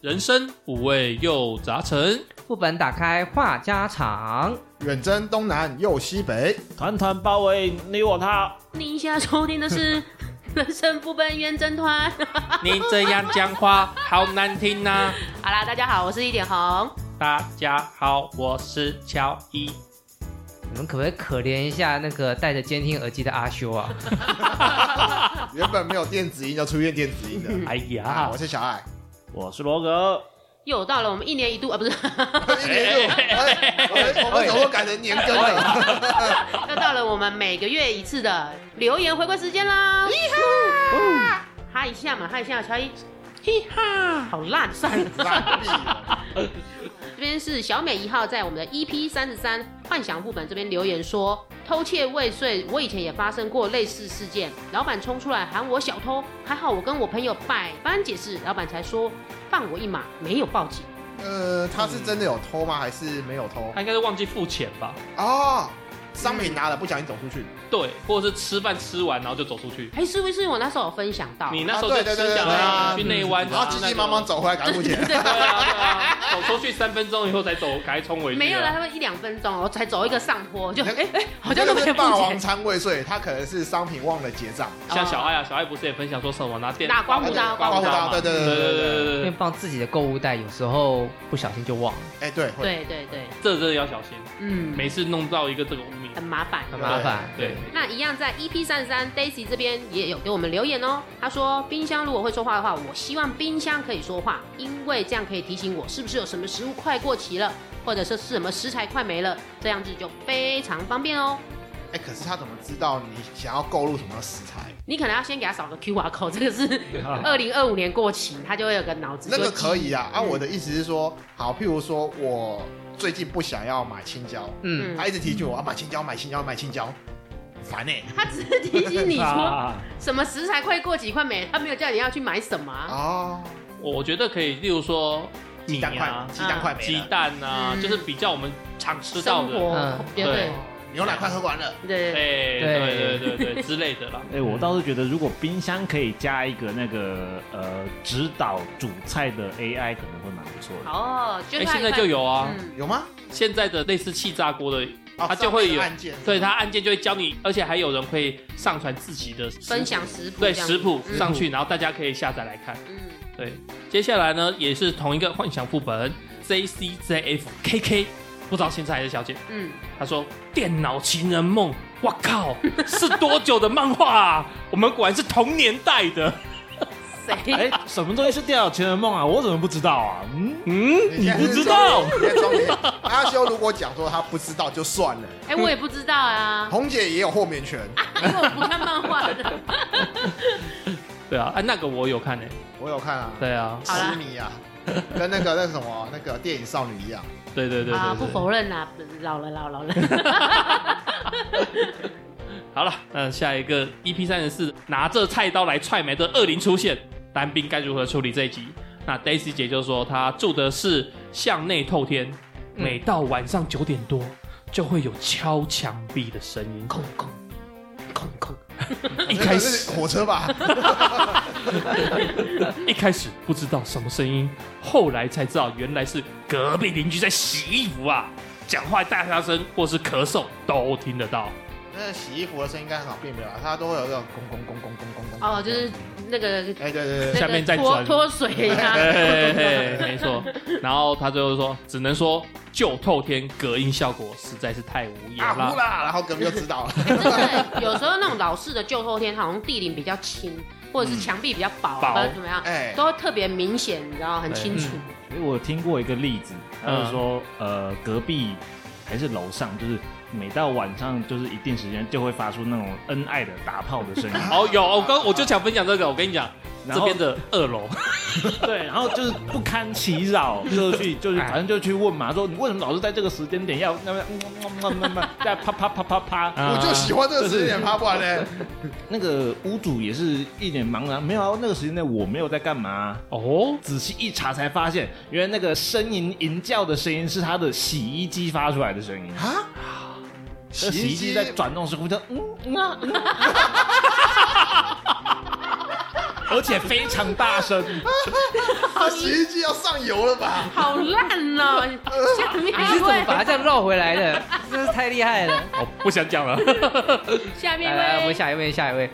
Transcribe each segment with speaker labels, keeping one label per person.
Speaker 1: 人生五味又杂陈，
Speaker 2: 副本打开话家常，
Speaker 3: 远征东南又西北，
Speaker 4: 团团包围你我他。
Speaker 5: 您现在收听的 是《人生副本圆真团》。
Speaker 1: 你这样讲话好难听呐、
Speaker 5: 好啦，大家好，我是一点红。
Speaker 1: 大家好，我是乔伊。
Speaker 2: 你们可不可以可怜一下那个戴着监听耳机的阿修 啊？
Speaker 3: 原本没有电子音，就出现电子音的。
Speaker 4: 哎
Speaker 3: 啊，
Speaker 4: 呀
Speaker 3: 我，是小爱，
Speaker 4: 我是罗格，
Speaker 5: 又到了我们一年一度啊，不是，
Speaker 3: 一年度，哎我我们怎么改成年更了？
Speaker 5: 又到了我们每个月一次的留言回馈时间啦！哈一下嘛，哈一下，乔伊，嘿哈，好烂，算了。
Speaker 3: 烂毙了！
Speaker 5: 这边是小美一号在我们的 EP 三十三幻想副本这边留言说，偷窃未遂，我以前也发生过类似事件，老板冲出来喊我小偷，还好我跟我朋友百般解释，老板才说放我一马，没有报警。
Speaker 3: 呃，他是真的有偷吗？还是没有偷？
Speaker 1: 他应该是忘记付钱吧？
Speaker 3: 哦，商品拿了，不小心走出去。
Speaker 1: 对，或者是吃饭吃完然后就走出去。
Speaker 5: 哎，是不是我那时候有分享到？
Speaker 1: 你那时候就
Speaker 3: 啊对对
Speaker 1: 吃
Speaker 3: 对
Speaker 1: 想
Speaker 3: 对
Speaker 1: 要
Speaker 3: 啊
Speaker 1: 去内湾，
Speaker 3: 然后急急忙忙
Speaker 1: 走。
Speaker 3: 走回来赶付钱。
Speaker 1: 对啊，对啊，走出去三分钟以后才走，赶快冲回去啊。
Speaker 5: 没有了，他们一两分钟，哦我才走一个上坡，就哎哎、 好像
Speaker 3: 这个
Speaker 5: 都没
Speaker 3: 是
Speaker 5: 有
Speaker 3: 霸
Speaker 5: 报
Speaker 3: 王
Speaker 5: 警。
Speaker 3: 餐未遂，他可能是商品忘了结账。
Speaker 1: 像小爱啊，小爱不是也分享说什么拿电
Speaker 5: 拿刮胡刀
Speaker 1: 刮胡刀
Speaker 3: 刮胡
Speaker 1: 嘛？
Speaker 3: 刀对对
Speaker 1: 对
Speaker 3: 对对
Speaker 1: 对对对
Speaker 2: 因
Speaker 1: 对
Speaker 2: 为，放自己的购物袋，有时候不小心就忘了，
Speaker 3: 哎，对，会
Speaker 5: 对对对，
Speaker 1: 这真的要小心，
Speaker 5: 嗯，
Speaker 1: 每次弄到一个这个污名。
Speaker 5: 很麻烦。
Speaker 2: 很麻烦。
Speaker 1: 对，
Speaker 5: 那一样在 EP 三十三，Daisy 这边也有给我们留言哦。他说，冰箱如果会说话的话，我希望冰箱可以说话，因为这样可以提醒我是不是有什么食物快过期了，或者是是什么食材快没了，这样子就非常方便哦。
Speaker 3: 哎，可是他怎么知道你想要购入什么食材？
Speaker 5: 你可能要先给他扫个 QR code，这个是二零二五年过期，他就会有个脑子
Speaker 3: 那个
Speaker 5: 就记
Speaker 3: 可以啊。啊，
Speaker 5: 嗯
Speaker 3: 我的意思是说，好，譬如说我最近不想要买青椒，
Speaker 2: 嗯，
Speaker 3: 他一直提醒我啊要买青椒，买青椒，买青椒，烦欸呢。
Speaker 5: 他只是提醒你说
Speaker 4: 啊
Speaker 5: 什么食材快过期快没了，他没有叫你要去买什么啊。
Speaker 3: 哦，
Speaker 1: 我我觉得可以，例如说
Speaker 3: 鸡
Speaker 1: 米
Speaker 3: 蛋
Speaker 1: 啊
Speaker 3: 快，、鸡蛋快没
Speaker 1: 鸡
Speaker 3: 了，
Speaker 1: 蛋啊，
Speaker 5: 嗯
Speaker 1: 就是比较我们常吃到
Speaker 5: 生
Speaker 1: 的，
Speaker 5: 活
Speaker 2: 嗯，
Speaker 5: 对
Speaker 1: 对
Speaker 3: 牛奶快喝完了。
Speaker 5: 对对对，
Speaker 1: 哎，对
Speaker 2: 对
Speaker 1: 对对对之类的啦。
Speaker 4: 哎、我倒是觉得，如果冰箱可以加一个那个呃指导煮菜的 AI，可能会蛮不错的。
Speaker 5: 好哦，就
Speaker 1: 哎，
Speaker 5: 看
Speaker 1: 现
Speaker 5: 一
Speaker 1: 在
Speaker 5: 看
Speaker 1: 就有啊，
Speaker 5: 嗯
Speaker 3: 有吗？
Speaker 1: 现在的类似气炸锅的，
Speaker 3: 哦
Speaker 1: 它就会
Speaker 3: 上面
Speaker 1: 有
Speaker 3: 的按键，
Speaker 1: 对它按键就会教你，而且还有人会上传自己的
Speaker 5: 分享食谱，
Speaker 1: 对
Speaker 5: 这样
Speaker 1: 食谱
Speaker 5: 嗯
Speaker 1: 上去，然后大家可以下载来看。
Speaker 5: 嗯，
Speaker 1: 对，接下来呢也是同一个幻想副本 J C J F K K，不知道现在还是小姐。
Speaker 5: 嗯，
Speaker 1: 她说《电脑情人梦》，我 靠，是多久的漫画啊？我们果然是同年代的。
Speaker 5: 谁？
Speaker 4: 哎、什么东西是电脑情人梦啊？我怎么不知道啊？嗯，
Speaker 1: 嗯，你不知道？
Speaker 3: 你在装脸。阿修如果讲说他不知道就算了，
Speaker 5: 哎，我也不知道啊，
Speaker 3: 红姐也有豁免权。
Speaker 5: 因为我不看 漫画的。
Speaker 1: 对啊，哎、那个我有看诶、
Speaker 3: 我有看啊，
Speaker 1: 对啊，
Speaker 5: 好啦
Speaker 3: 痴迷啊，跟那个那个什么那个电影少女一 样。
Speaker 1: 对对对对
Speaker 5: 啊，不
Speaker 1: 对
Speaker 5: 否认啦，老了老了老了。
Speaker 1: 好了，那下一个 EP 三十四，拿着菜刀来踹没的恶灵出现，单兵该如何处理这一集？那 Daisy 姐就说她住的是向内透天，
Speaker 2: 嗯
Speaker 1: 每到晚上九点多就会有敲墙壁的声音，空空空空。 一开始
Speaker 3: 那个是火车吧，
Speaker 1: 一开始不知道什么声音，后来才知道原来是隔壁邻居在洗衣服啊，讲话大大声或是咳嗽都听得到。
Speaker 3: 那个洗衣服的声音应该很好辨别吧？它都会有那种咣咣咣咣咣咣咣。
Speaker 5: 哦，就是那个
Speaker 3: 哎，对对对，
Speaker 1: 下面再
Speaker 5: 那个
Speaker 1: 转
Speaker 5: 脱脱水啊呀。
Speaker 1: 嘿嘿 嘿没错。然后他最后说，只能说旧透天隔音效果实在是太无言
Speaker 3: 啊呼
Speaker 1: 了。
Speaker 3: 啦，然后隔壁就知 道了。
Speaker 5: 真的，有时候那种老式的旧后天，好像地顶比较轻，或者是墙壁比较薄，
Speaker 1: 嗯薄
Speaker 5: 或者怎么样，
Speaker 3: 哎，
Speaker 5: 都会特别明显，你知道，很清楚。
Speaker 1: 哎
Speaker 4: 因哎为我听过一个例子，他
Speaker 1: 嗯
Speaker 4: 是说、呃隔壁还是楼上，就是每到晚上就是一定时间就会发出那种恩爱的打炮的 声音，
Speaker 1: 哦，有，我刚我就想分享这个，我跟你讲，
Speaker 4: 然
Speaker 1: 这
Speaker 4: 后
Speaker 1: 边的二楼，
Speaker 4: 对，然后就是不堪其扰，就去就是反正就去问嘛，说你为什么老是在这个时间点要那么嗯那么那么在啪啪啪啪啪？
Speaker 3: 我就喜欢这个
Speaker 4: 就是
Speaker 3: 十点趴不完嘞。
Speaker 4: 那个屋主也是一脸茫然，没有啊，那个时间内我没有在干嘛啊、
Speaker 1: 哦，
Speaker 4: 仔细一查才发现，原来那个呻吟吟叫的声音是他的洗衣机发出来的声音。
Speaker 3: 啊？
Speaker 4: 那洗衣机在转动时，呼叫嗯嗯啊嗯而且非常大声。
Speaker 3: 这洗衣机要上油了吧？
Speaker 5: 嗯好烂哦！ 下面
Speaker 2: 你是
Speaker 5: 一
Speaker 2: 怎么
Speaker 5: 位，
Speaker 2: 把它这样绕回来 的？真是太厉害了！
Speaker 1: 我哦不想讲 了。
Speaker 5: 下面
Speaker 2: 来来，我们
Speaker 5: 一位，
Speaker 2: 下一位，下一位。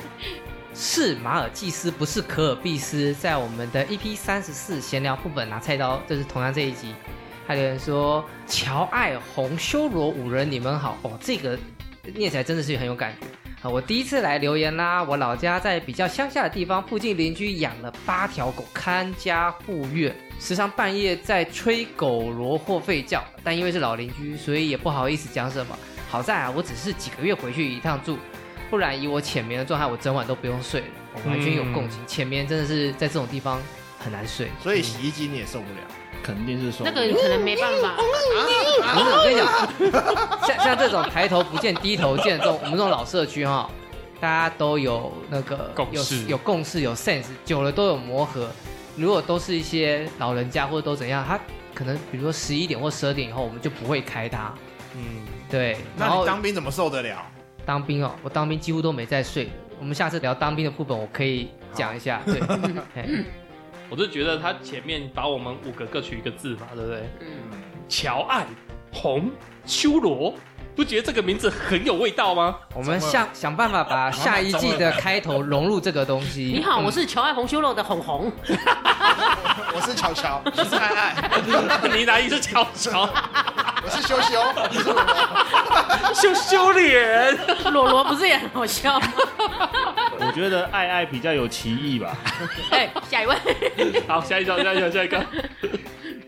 Speaker 2: 是马尔济斯，不是可尔必斯。在我们的 EP 三十四闲聊副本拿菜刀，这是同样这一集。还有人说乔爱红修罗五人，你们好哦，这个念起来真的是很有感觉啊！我第一次来留言啦，我老家在比较乡下的地方，附近邻居养了八条狗，看家护院，时常半夜在吹狗螺或吠叫，但因为是老邻居，所以也不好意思讲什么。好在啊，我只是几个月回去一趟住，不然以我浅眠的状态，我整晚都不用睡了，我完全有共情。浅眠真的是在这种地方很难睡。
Speaker 3: 所以洗衣机你也受不了
Speaker 4: 肯定是说
Speaker 5: 那个可能没办法，
Speaker 2: 不是，我跟你讲，像像这种抬头不见低头见这种，我们这种老社区哈，大家都有那个
Speaker 1: 共
Speaker 2: 有
Speaker 1: 识
Speaker 2: 有共识，有 sense，久了都有磨合。如果都是一些老人家或者都怎样，他可能比如说十一点或十二点以后，我们就不会开他。
Speaker 1: 嗯，
Speaker 2: 对，然
Speaker 3: 那
Speaker 2: 后
Speaker 3: 你当兵怎么受得 了？
Speaker 2: 当兵哦，我当兵几乎都没在睡。我们下次聊当兵的部分，我可以讲一下。对，嘿
Speaker 1: 我就觉得他前面把我们五个各取一个字嘛，对不对？
Speaker 5: 嗯，
Speaker 1: 乔爱、红、修罗，不觉得这个名字很有味道吗？
Speaker 2: 我们想想办法把下一季的开头融入这个东西。
Speaker 5: 你
Speaker 3: 嗯
Speaker 5: 好，我是乔爱红修肉的红红，
Speaker 3: 我是乔乔，我是爱 爱，
Speaker 1: 你哪里是乔乔？
Speaker 3: 我是羞羞，你是我
Speaker 1: 羞羞脸，
Speaker 5: 裸罗不是也很好笑吗？
Speaker 4: 我觉得爱爱比较有歧义吧。
Speaker 5: 哎，下一位，
Speaker 1: 好，下一个，下一个，下一个。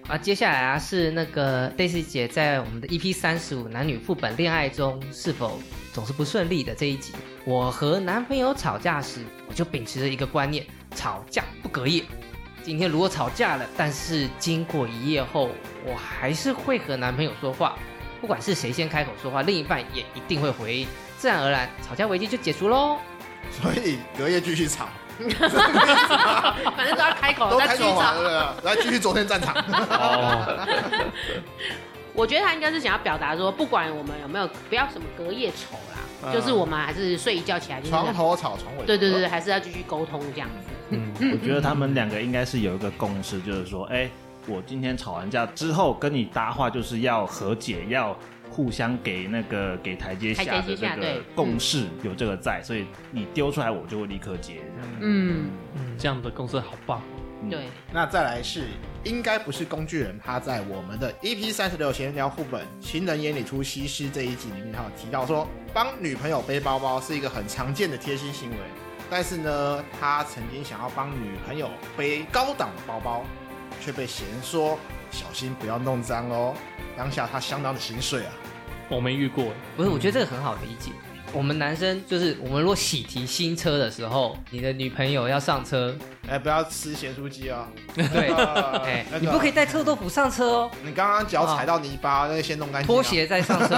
Speaker 2: 啊，接下来啊是那个 Daisy 姐在我们的 EP 三十五男女副本恋爱中是否总是不顺利的这一集。我和男朋友吵架时，我就秉持着一个观念：吵架不隔夜。今天如果吵架了，但是经过一夜后，我还是会和男朋友说话，不管是谁先开口说话，另一半也一定会回应，自然而然吵架危机就解除喽。
Speaker 3: 所以隔夜继续吵，
Speaker 5: 反正都要开口，
Speaker 3: 都
Speaker 5: 再
Speaker 3: 开啊
Speaker 5: 继
Speaker 3: 走
Speaker 5: 续
Speaker 3: 完
Speaker 5: 找。
Speaker 3: 了，来继续昨天战场。
Speaker 1: 哦，
Speaker 5: 我觉得他应该是想要表达说，不管我们有没有，不要什么隔夜仇啦，
Speaker 3: 嗯
Speaker 5: 就是我们还是睡一觉起来就是，
Speaker 3: 床头嗯吵，床尾和
Speaker 5: 对对对，对，还是要继续沟通这样子。
Speaker 4: 我觉得他们两个应该是有一个共识，就是说，哎、我今天吵完架之后跟你搭话，就是要和解，要互相给那个给台阶下
Speaker 5: 台阶
Speaker 4: 的
Speaker 5: 下
Speaker 4: 这
Speaker 5: 对
Speaker 4: 个共识，有这个在，所以你丢出来我就会立刻接。
Speaker 5: 嗯，
Speaker 1: 这样的公司好棒。
Speaker 4: 嗯
Speaker 5: 对，
Speaker 3: 那再来是应该不是工具人，他在我们的 EP 三十六闲聊副本《情人眼里出西施》这一集里面，他有提到说，帮女朋友背包包是一个很常见的贴心行为。但是呢，他曾经想要帮女朋友背高档包包，却被嫌说小心不要弄脏哦。当下他相当的心碎啊，
Speaker 1: 我没遇过，
Speaker 2: 不是，我觉得这个很好理解。我们男生就是，我们如果喜提新车的时候，你的女朋友要上车，
Speaker 3: 哎、不要吃咸酥鸡啊！
Speaker 2: 对，哎、
Speaker 3: 哎
Speaker 2: 你不可以带臭豆腐上车哦，
Speaker 3: 你刚刚脚踩到泥巴，那个先弄干净啊。
Speaker 2: 拖鞋再上 车。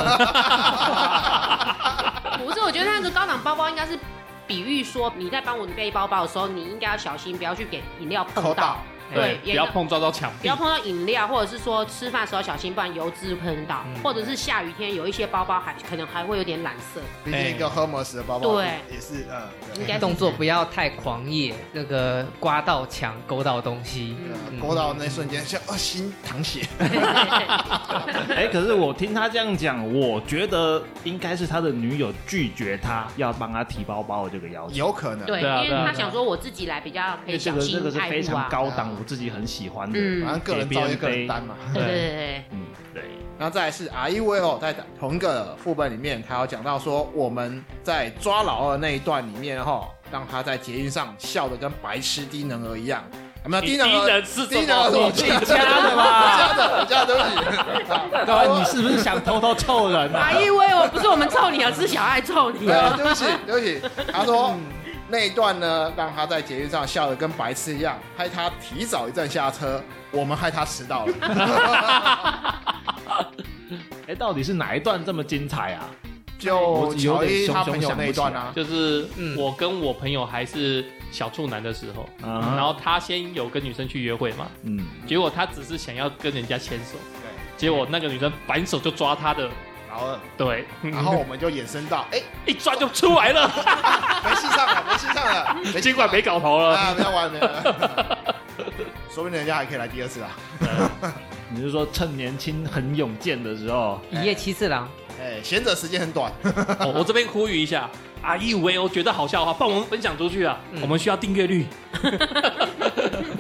Speaker 5: 不是，我觉得那个高档包包应该是比喻说，你在帮我背包包的时候，你应该要小心，不要去给饮料碰
Speaker 3: 扣
Speaker 5: 到
Speaker 3: 到，
Speaker 5: 对，
Speaker 1: 哎不要，碰撞到墙
Speaker 5: 不
Speaker 1: 壁
Speaker 5: 要。碰到饮料，或者是说吃饭的时候小心，不然油脂喷到，或者是下雨天有一些包包还可能还会有点染色，
Speaker 3: 毕竟一
Speaker 1: 哎
Speaker 3: 个 Hermes 的包包，
Speaker 5: 对
Speaker 3: 也是嗯，对
Speaker 5: 应该是
Speaker 2: 动作不要太狂野，那个刮到墙、勾到东西。
Speaker 3: 呃勾到那一瞬间，像啊心淌血。
Speaker 4: 哎、可是我听他这样讲，我觉得应该是他的女友拒绝他要帮他提包包的这个要求。
Speaker 3: 有可能。
Speaker 5: 对，
Speaker 1: 对啊
Speaker 5: 因
Speaker 1: 对
Speaker 5: 为
Speaker 1: 啊
Speaker 5: 他
Speaker 1: 对啊
Speaker 5: 想说我自己来比较可
Speaker 4: 因
Speaker 5: 以
Speaker 4: 为这
Speaker 5: 小
Speaker 4: 个
Speaker 5: 心
Speaker 4: 这个是
Speaker 5: 爱
Speaker 4: 非
Speaker 5: 护
Speaker 4: 常
Speaker 5: 啊，
Speaker 4: 高档，我自己很喜欢的。
Speaker 5: 嗯
Speaker 3: 反正个人造业个人担嘛。
Speaker 5: 对对对对，
Speaker 4: 嗯，
Speaker 1: 对，
Speaker 3: 然后再来是 R E V O，在同一个副本里面，他有讲到说，我们在抓老二那一段里面哈，让他在捷运上笑的跟白痴低能儿一样。啊有没有
Speaker 1: 你
Speaker 3: 低能
Speaker 1: 低
Speaker 3: 儿
Speaker 1: 能是什么
Speaker 3: 低能儿是我
Speaker 1: 你自己
Speaker 4: 加的吧
Speaker 3: 我加的，我加的， 对不起。啊
Speaker 4: 各哎位，你是不是想偷偷凑人啊
Speaker 5: 哪？一位哦，不是我们臭你啊，是小爱 臭 你
Speaker 3: 对啊，
Speaker 5: 啊，
Speaker 3: 对不起，对不起。他说那一段呢，让他在捷运上笑得跟白痴一样，害他提早一站下车，我们害他迟到了。
Speaker 4: 哎、到底是哪一段这么精彩啊？
Speaker 3: 就
Speaker 4: 我有
Speaker 3: 乔
Speaker 4: 点
Speaker 3: 伊他
Speaker 4: 熊熊
Speaker 3: 朋友那
Speaker 4: 想不
Speaker 3: 一
Speaker 4: 起
Speaker 3: 段
Speaker 4: 来
Speaker 3: 啊，
Speaker 1: 就是
Speaker 2: 嗯
Speaker 1: 我跟我朋友还是小处男的时候，
Speaker 4: 嗯
Speaker 1: 然后他先有跟女生去约会嘛，
Speaker 4: 嗯，
Speaker 1: 结果他只是想要跟人家牵手，
Speaker 3: 对
Speaker 1: 结果那个女生反手就抓他的
Speaker 3: 老二，
Speaker 1: 对，
Speaker 3: 然后我们就衍生到，哎，
Speaker 1: 一抓就出来了，
Speaker 3: 没戏上了，没戏上 了，
Speaker 1: 尽管没搞头
Speaker 3: 搞
Speaker 1: 了。
Speaker 3: 啊，没有完没了， 说不定人家还可以来第二次啊，
Speaker 4: 你是说趁年轻很勇健的时候，
Speaker 2: 一夜七次郎，
Speaker 3: 哎，贤者时间很短，
Speaker 1: 哦我这边呼吁一下，啊，一五 A O 觉得好笑的话，帮我们分享出去啊，我们需要订阅率。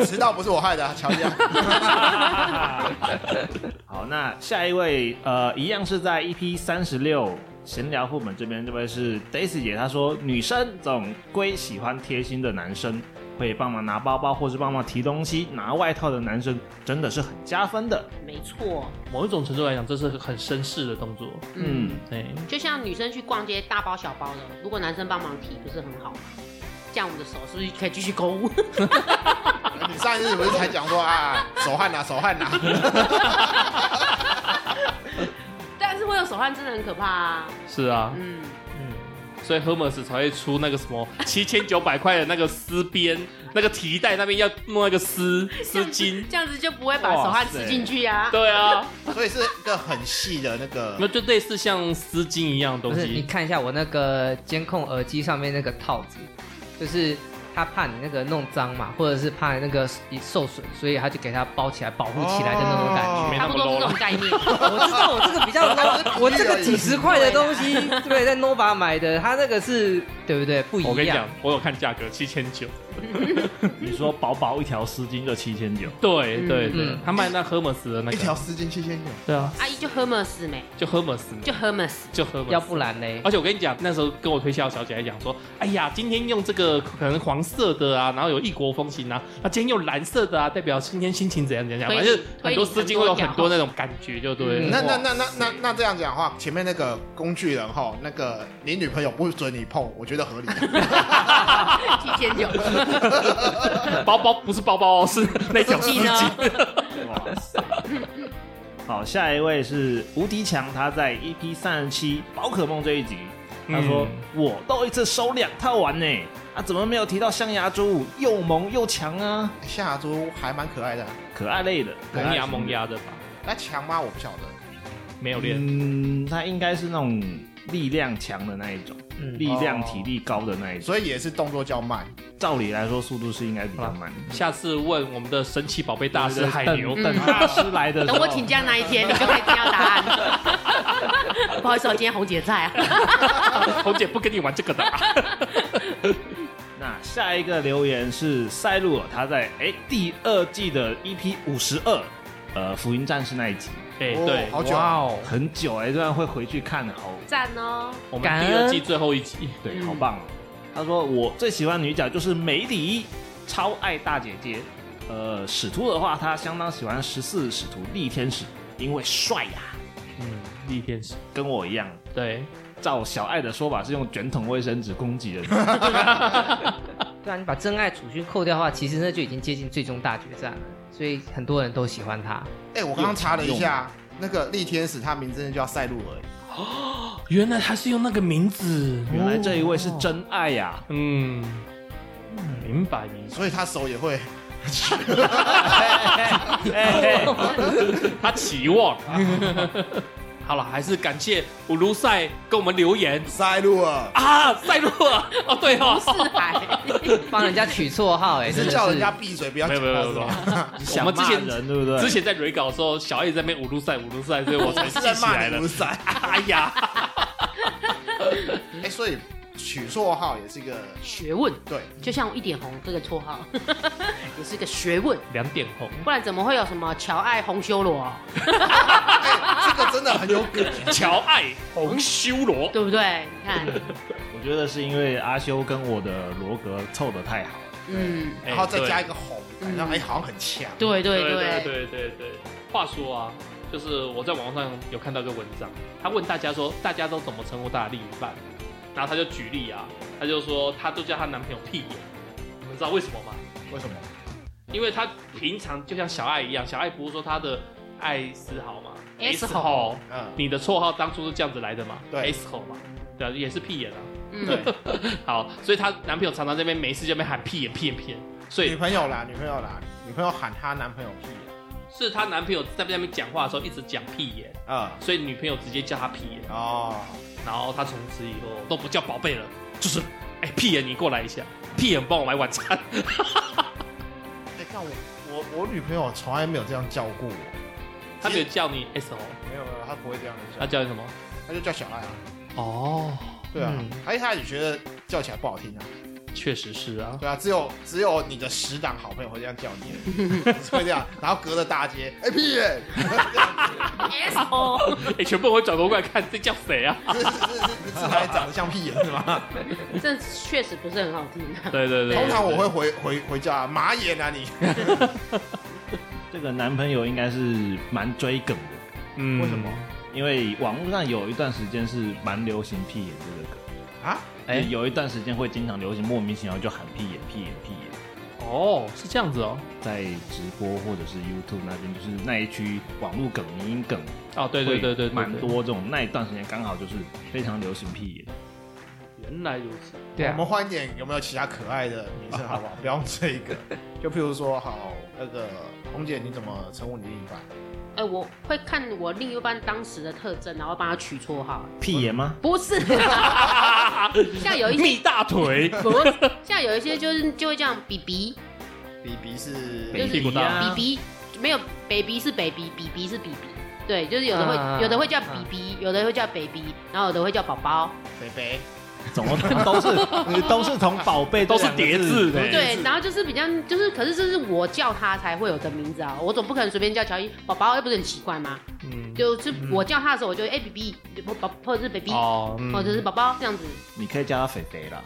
Speaker 3: 迟到不是我害的啊，乔 伊啊，
Speaker 4: 好，那下一位，呃，一样是在 EP 三十六闲聊副本这边，这位是 Daisy 姐，她说女生总归喜欢贴心的男生，会帮忙拿包包或是帮忙提东西、拿外套的男生，真的是很加分的。
Speaker 5: 没错，
Speaker 1: 某一种程度来讲，这是很绅士的动作。 哎
Speaker 4: 嗯，
Speaker 1: 对，
Speaker 5: 就像女生去逛街大包小包的，如果男生帮忙提，不是很好吗？这样我们的手是不是可以继续购物？
Speaker 3: 你上一次不是才讲说啊，手汗呐，手汗啊呐，
Speaker 5: 但是会有手汗，真的很可怕啊。
Speaker 1: 是啊，
Speaker 5: 嗯，
Speaker 1: 所以 Hermes 才会出那个什么七千九百块的那个丝边， 那个提袋那边要弄那个丝丝 巾。
Speaker 5: 这样子就不会把手汗吃进去啊。
Speaker 1: 对啊，
Speaker 3: 所以是一个很细的那
Speaker 1: 那
Speaker 3: 个，
Speaker 1: 就类似像丝巾一样的
Speaker 2: 不
Speaker 1: 东
Speaker 2: 是你
Speaker 1: 西。
Speaker 2: 看一下我那个监控耳机上面那个套子，就是他怕你那个弄脏嘛，或者是怕那个你受损，所以他就给它包起来保护起来的那种感觉。
Speaker 3: 哦
Speaker 1: 没
Speaker 5: 差
Speaker 1: 那
Speaker 5: 不
Speaker 1: 么
Speaker 5: 多是
Speaker 1: low
Speaker 5: 这种
Speaker 1: 了。
Speaker 5: 概 念。
Speaker 2: 我知道我这个比较 low，我这个几十块的东西，对，在 Nova 买的，他那个是对不对？不一样。
Speaker 1: 我跟你讲，我有看价格，七千九。
Speaker 4: 你说薄薄一条丝巾就七千九，
Speaker 1: 对对对
Speaker 2: 嗯，
Speaker 1: 他卖那 Hermes 的那
Speaker 3: 一条
Speaker 1: 个，
Speaker 3: 丝巾七千九，
Speaker 1: 对啊，
Speaker 5: 阿姨就 Hermes 没，
Speaker 1: 就 Hermes，
Speaker 5: 就 Hermes。
Speaker 1: 就 Hermes，
Speaker 2: 要不然嘞，
Speaker 1: 而且我跟你讲，那时候跟我推销的小姐还讲说，哎呀，今天用这个可能黄色的啊，然后有异国风情啊，那今天用蓝色的啊，代表今天心情怎样怎样，
Speaker 5: 推
Speaker 1: 反
Speaker 5: 理
Speaker 1: 正很多丝巾会有很多那种感觉，就对了。
Speaker 2: 嗯
Speaker 3: 那那那那那那这样讲的话，前面那个工具人哈，那个你女朋友不准你碰，我觉得合理。
Speaker 5: 七千九，
Speaker 1: 那包包不是包包哦，是那条丝
Speaker 5: 记呢
Speaker 1: 巾。？
Speaker 4: 哇塞！ 好，下一位是吴迪强，他在 EP 三十七宝可梦这一集，他说、
Speaker 1: 嗯
Speaker 4: 我都一次收两套玩呢，啊，怎么没有提到象牙猪又萌又强啊？
Speaker 3: 夏猪还蛮可爱的啊，
Speaker 4: 可爱类的，可
Speaker 1: 萌
Speaker 4: 爱
Speaker 1: 芽
Speaker 4: 型的
Speaker 1: 萌，芽的吧，
Speaker 3: 那强吗？我不晓得。
Speaker 1: 没有练。
Speaker 4: 嗯，他应该是那种力量强的那一种，
Speaker 2: 嗯
Speaker 4: 力量
Speaker 3: 哦
Speaker 4: 体力高的那一
Speaker 1: 哦
Speaker 4: 种。
Speaker 3: 所以也是动作较慢。
Speaker 4: 照理来说，速度是应该比较慢。
Speaker 1: 下次问我们的神奇宝贝大师海牛，
Speaker 4: 等大师来的时
Speaker 5: 等
Speaker 4: 候，
Speaker 5: 我请假那一天，你就可以听到答 案。不好意思，哦我今天红姐在啊。
Speaker 1: 红姐不跟你玩这个的啊。
Speaker 4: 那下一个留言是塞路尔，他在哎、第二季的 EP 五十二，呃，福音战士那一集，
Speaker 1: 哎，
Speaker 3: 哦
Speaker 1: 对，
Speaker 3: 好久
Speaker 2: 哇
Speaker 3: 啊。
Speaker 2: 哦，
Speaker 4: 很久哎、这样会回去看，好
Speaker 5: 赞哦，
Speaker 1: 我
Speaker 2: 感
Speaker 1: 们
Speaker 2: 恩
Speaker 1: 第二季最后一集，
Speaker 4: 对，
Speaker 5: 嗯
Speaker 4: 好棒、哦。他说我最喜欢女角就是梅里，超爱大姐姐。呃，使徒的话，他相当喜欢十四使徒力天使，因为帅呀、
Speaker 1: 嗯，逆天使，
Speaker 4: 跟我一样。
Speaker 1: 对，
Speaker 4: 照小爱的说法，是用卷筒卫生纸攻击人。
Speaker 2: 对啊，你把真爱储蓄扣掉的话，其实那就已经接近最终大决战了，所以很多人都喜欢他。
Speaker 3: 哎，我刚刚查了一下，那个力天使他名字真的叫赛路尔，
Speaker 1: 原来他是用那个名字，
Speaker 4: 原来这一位是真爱呀、
Speaker 1: 嗯，明白明白。
Speaker 3: 所以他手也会。
Speaker 4: 哎
Speaker 1: 他期望。 好了，还是感谢五卢赛跟我们留言
Speaker 3: 赛路尔，
Speaker 1: 啊，赛洛哦，对哦，
Speaker 5: 四 海。
Speaker 2: 帮人家取绰号、 哎，
Speaker 3: 你
Speaker 2: 真
Speaker 3: 是
Speaker 2: 的
Speaker 3: 叫人家闭嘴，不要
Speaker 1: 没
Speaker 3: 讲
Speaker 1: 有没有没有没
Speaker 3: 话是
Speaker 1: 有
Speaker 3: 吗？，
Speaker 1: 我们之前
Speaker 4: 人对不对？
Speaker 1: 之前在蕊稿的时候，小叶在那边五卢赛五卢赛，所以我 才
Speaker 3: 是
Speaker 1: 记
Speaker 3: 在
Speaker 1: 起
Speaker 3: 骂
Speaker 1: 来
Speaker 3: 你
Speaker 1: 了
Speaker 3: 不。是赛。
Speaker 1: 哎呀，
Speaker 3: 哎，所以取绰号也是一个
Speaker 5: 学问，
Speaker 3: 对，
Speaker 5: 就像一点红这个绰 号，也是个学问，
Speaker 1: 两点红，
Speaker 5: 不然怎么会有什么乔爱红修罗，
Speaker 3: 哎，这个真的很有梗。
Speaker 1: 乔爱红修罗，
Speaker 5: 对不对？你看，
Speaker 4: 我觉得是因为阿修跟我的罗格凑得太好了，
Speaker 5: 嗯，
Speaker 1: 哎
Speaker 3: 然后再
Speaker 1: 对
Speaker 3: 加一个红，感觉哎好像很强。
Speaker 5: 对对
Speaker 1: 对对
Speaker 5: 对，
Speaker 1: 对对对。话说啊，就是我在网络上有看到一个文章，他问大家说，大家都怎么称呼他的另一半？然后他就举例啊，他就说，他都叫她男朋友屁眼，你们知道为什么吗？
Speaker 3: 为什么？
Speaker 1: 因为他平常就像小爱一样，小爱不是说他的爱思豪嘛
Speaker 5: S
Speaker 1: 豪，
Speaker 3: 嗯，
Speaker 1: 你的绰号当初是这样子来的嘛？
Speaker 3: 对
Speaker 1: ，S 豪嘛，对啊，也是屁眼啊。
Speaker 5: 嗯，
Speaker 3: 对，
Speaker 1: 好，所以她男朋友常常在那边没事就在那边喊屁眼屁眼屁眼，所
Speaker 3: 女
Speaker 1: 以
Speaker 3: 朋友啦，女朋友啦，女朋友喊她男朋友屁眼，
Speaker 1: 是她男朋友在那边讲话的时候一直讲屁眼，
Speaker 3: 啊、
Speaker 1: 所以女朋友直接叫她屁眼，
Speaker 3: 哦，
Speaker 1: 然后她从此以后都不叫宝贝了，就是哎、屁眼你过来一下，屁眼帮我买晚 餐，
Speaker 3: 哎、看我我我女朋友从来没有这样叫过我，
Speaker 1: 她没有叫你 S O，
Speaker 3: 没有没有，她不会这样
Speaker 1: 她
Speaker 3: 叫，
Speaker 1: 叫你什么？
Speaker 3: 她就叫小爱啊，
Speaker 1: 哦，
Speaker 3: 对啊
Speaker 2: 嗯，
Speaker 3: 而且她也觉得叫起来不好听啊，
Speaker 1: 确实是啊，
Speaker 3: 对啊，只有只有你的死党好朋友会这样叫你，会这样，然后隔着大街，哎、屁眼，
Speaker 5: S O，
Speaker 1: 哎、全部人会转头过来看这叫谁啊？
Speaker 3: 是是是是，自来长得像屁眼是吗？
Speaker 5: 这确实不是很好听啊。
Speaker 1: 对对对，
Speaker 3: 通常我会回回回叫啊，马眼啊你，
Speaker 4: 这个男朋友应该是蛮追梗的，
Speaker 1: 嗯
Speaker 3: 为什么？
Speaker 4: 因为网络上有一段时间是蛮流行屁眼这个梗，
Speaker 3: 啊，
Speaker 1: 哎、
Speaker 4: 哎，有一段时间会经常流行莫名其妙就喊屁眼屁眼屁眼，
Speaker 1: 哦，是这样子哦，
Speaker 4: 在直播或者是 YouTube 那边，就是那一区网络梗、民音梗，
Speaker 1: 哦，对对对对，对
Speaker 4: 蛮，多这种。那一段时间刚好就是非常流行屁眼，
Speaker 1: 原来如此，
Speaker 2: 对
Speaker 3: 我
Speaker 2: 啊，
Speaker 3: 们换一点有没有其他可爱的名称 好不好？不要用这一个，就譬如说好那个红姐，你怎么称呼你另一半？
Speaker 5: 哎，我会看我另一半当时的特征，然后帮他取绰号。
Speaker 4: 屁眼吗？
Speaker 5: 不是， 像有一
Speaker 1: 蜜
Speaker 5: 些
Speaker 1: 大 腿，
Speaker 5: 不是，像有一些就是就会这样比比
Speaker 3: 比比是
Speaker 5: 就
Speaker 1: 北
Speaker 5: 是
Speaker 1: 屁股大，
Speaker 5: 比比，没有 baby 是 baby，比比是比比。对，就是有的会、
Speaker 2: 啊
Speaker 5: 有的会叫比比，有的会叫 baby，然后有的会叫宝宝。
Speaker 3: 北北，
Speaker 4: 怎么都是都是从宝贝
Speaker 1: 都是叠字的
Speaker 5: 对，然后就是比较就是，可是这是我叫他才会有的名字啊，我总不可能随便叫乔伊宝宝，哎又不是很奇怪吗？
Speaker 1: 嗯，
Speaker 5: 就是我叫他的时候，我就哎 baby，或宝或者是 baby，
Speaker 1: 哦，嗯
Speaker 5: 或者是宝宝这样子，
Speaker 4: 你可以叫他肥肥啦。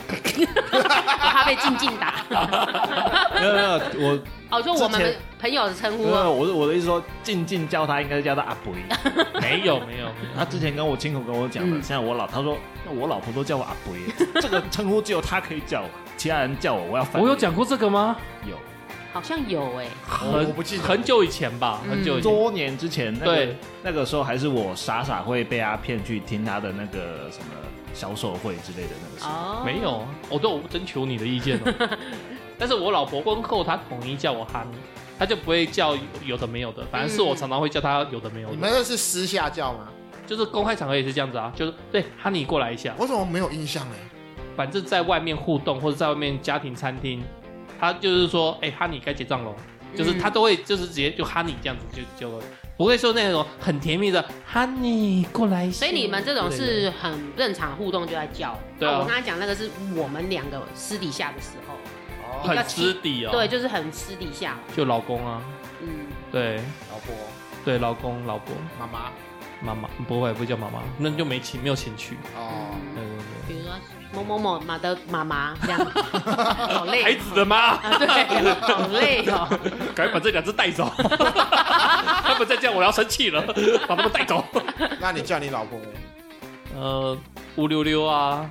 Speaker 5: 我怕被静静打。
Speaker 4: 没有没有，我
Speaker 5: 哦，就我
Speaker 4: 之前
Speaker 5: 们朋友的称
Speaker 4: 没
Speaker 5: 呼啊
Speaker 4: 有，我是我的意思说，静静叫他应该叫他阿 伯。
Speaker 1: 没有没有没有，
Speaker 4: 他之前跟我亲口跟我讲的，
Speaker 5: 嗯
Speaker 4: 现在我老他说，那我老婆都叫我阿伯耶，这个称呼只有他可以叫我，其他人叫我我要翻 脸。
Speaker 1: 我有讲过这个吗？
Speaker 4: 有
Speaker 5: 好像有哎、
Speaker 3: 我我
Speaker 1: 很
Speaker 3: 不记得
Speaker 1: 很久以前吧，
Speaker 5: 嗯
Speaker 1: 很久以前，
Speaker 4: 多年之前，那个
Speaker 1: 对，
Speaker 4: 那个时候还是我傻傻会被他骗去听他的那个什么销售会之类的那个时候。
Speaker 5: 哦，
Speaker 1: 没有，啊我都有征求你的意见 哦。但是我老婆婚后她统一叫我哈尼，她就不会叫有的没有的，反正是我常常会叫她有的没有
Speaker 3: 你
Speaker 1: 的，
Speaker 3: 们那是私下叫吗？
Speaker 1: 就是公开场合也是这样子啊，就是对哈尼过来一下，
Speaker 3: 我怎么没有印象呢？
Speaker 1: 反正在外面互动或者在外面家庭餐厅，她就是说，哎、哈尼该结账喽，
Speaker 5: 嗯
Speaker 1: 就是她都会就是直接就哈尼这样子就就不会说那种很甜蜜的哈尼过来一下，
Speaker 5: 所以你们这种
Speaker 1: 之类的
Speaker 5: 是很正常互动就在叫。哦
Speaker 1: 对啊
Speaker 5: 那我跟他讲那个是我们两个私底下的时候，比较
Speaker 1: 很私底哦，
Speaker 5: 对，，就是很私底下，
Speaker 1: 就老公啊，
Speaker 5: 嗯，
Speaker 1: 对
Speaker 3: 老婆、
Speaker 1: 对，老公老婆。
Speaker 3: 妈妈
Speaker 1: 妈妈不会，不会叫妈妈，那就没情没有呃情趣。
Speaker 3: 哦，
Speaker 1: 对对
Speaker 5: 比如说某某某马的妈妈 这样，好累
Speaker 1: 对，
Speaker 5: 哦，
Speaker 1: 孩子的妈，
Speaker 5: 啊，对，好累哦，
Speaker 1: 赶快把这两只带走。他们再这样，我要生气了，把他们带走。
Speaker 3: 那你叫你老婆
Speaker 1: 呃，乌溜溜啊，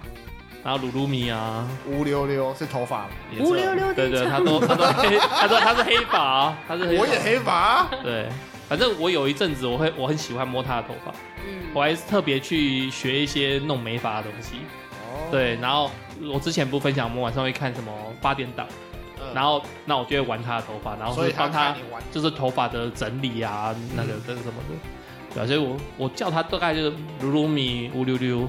Speaker 1: 然后鲁鲁米啊，
Speaker 3: 乌溜溜是头发吗，
Speaker 1: 也是
Speaker 5: 乌溜溜的
Speaker 1: 对对，他都他都黑，他说他是黑发啊，他是黑发
Speaker 3: 我也黑发，啊
Speaker 1: 对。反正我有一阵子，我会我很喜欢摸他的头发， 我
Speaker 5: 嗯，
Speaker 1: 还特别去学一些弄美发的东西。
Speaker 3: 哦，
Speaker 1: 对，然后我之前不分享，我们晚上会看什么八点档，
Speaker 3: 嗯
Speaker 1: 然后那我就会玩他的头发，然后
Speaker 3: 所以
Speaker 1: 会帮他
Speaker 3: 看你玩
Speaker 1: 就是头发的整理啊，那
Speaker 3: 嗯
Speaker 1: 个那个什么的。对啊，所以我我叫他大概就是鲁鲁米乌溜溜。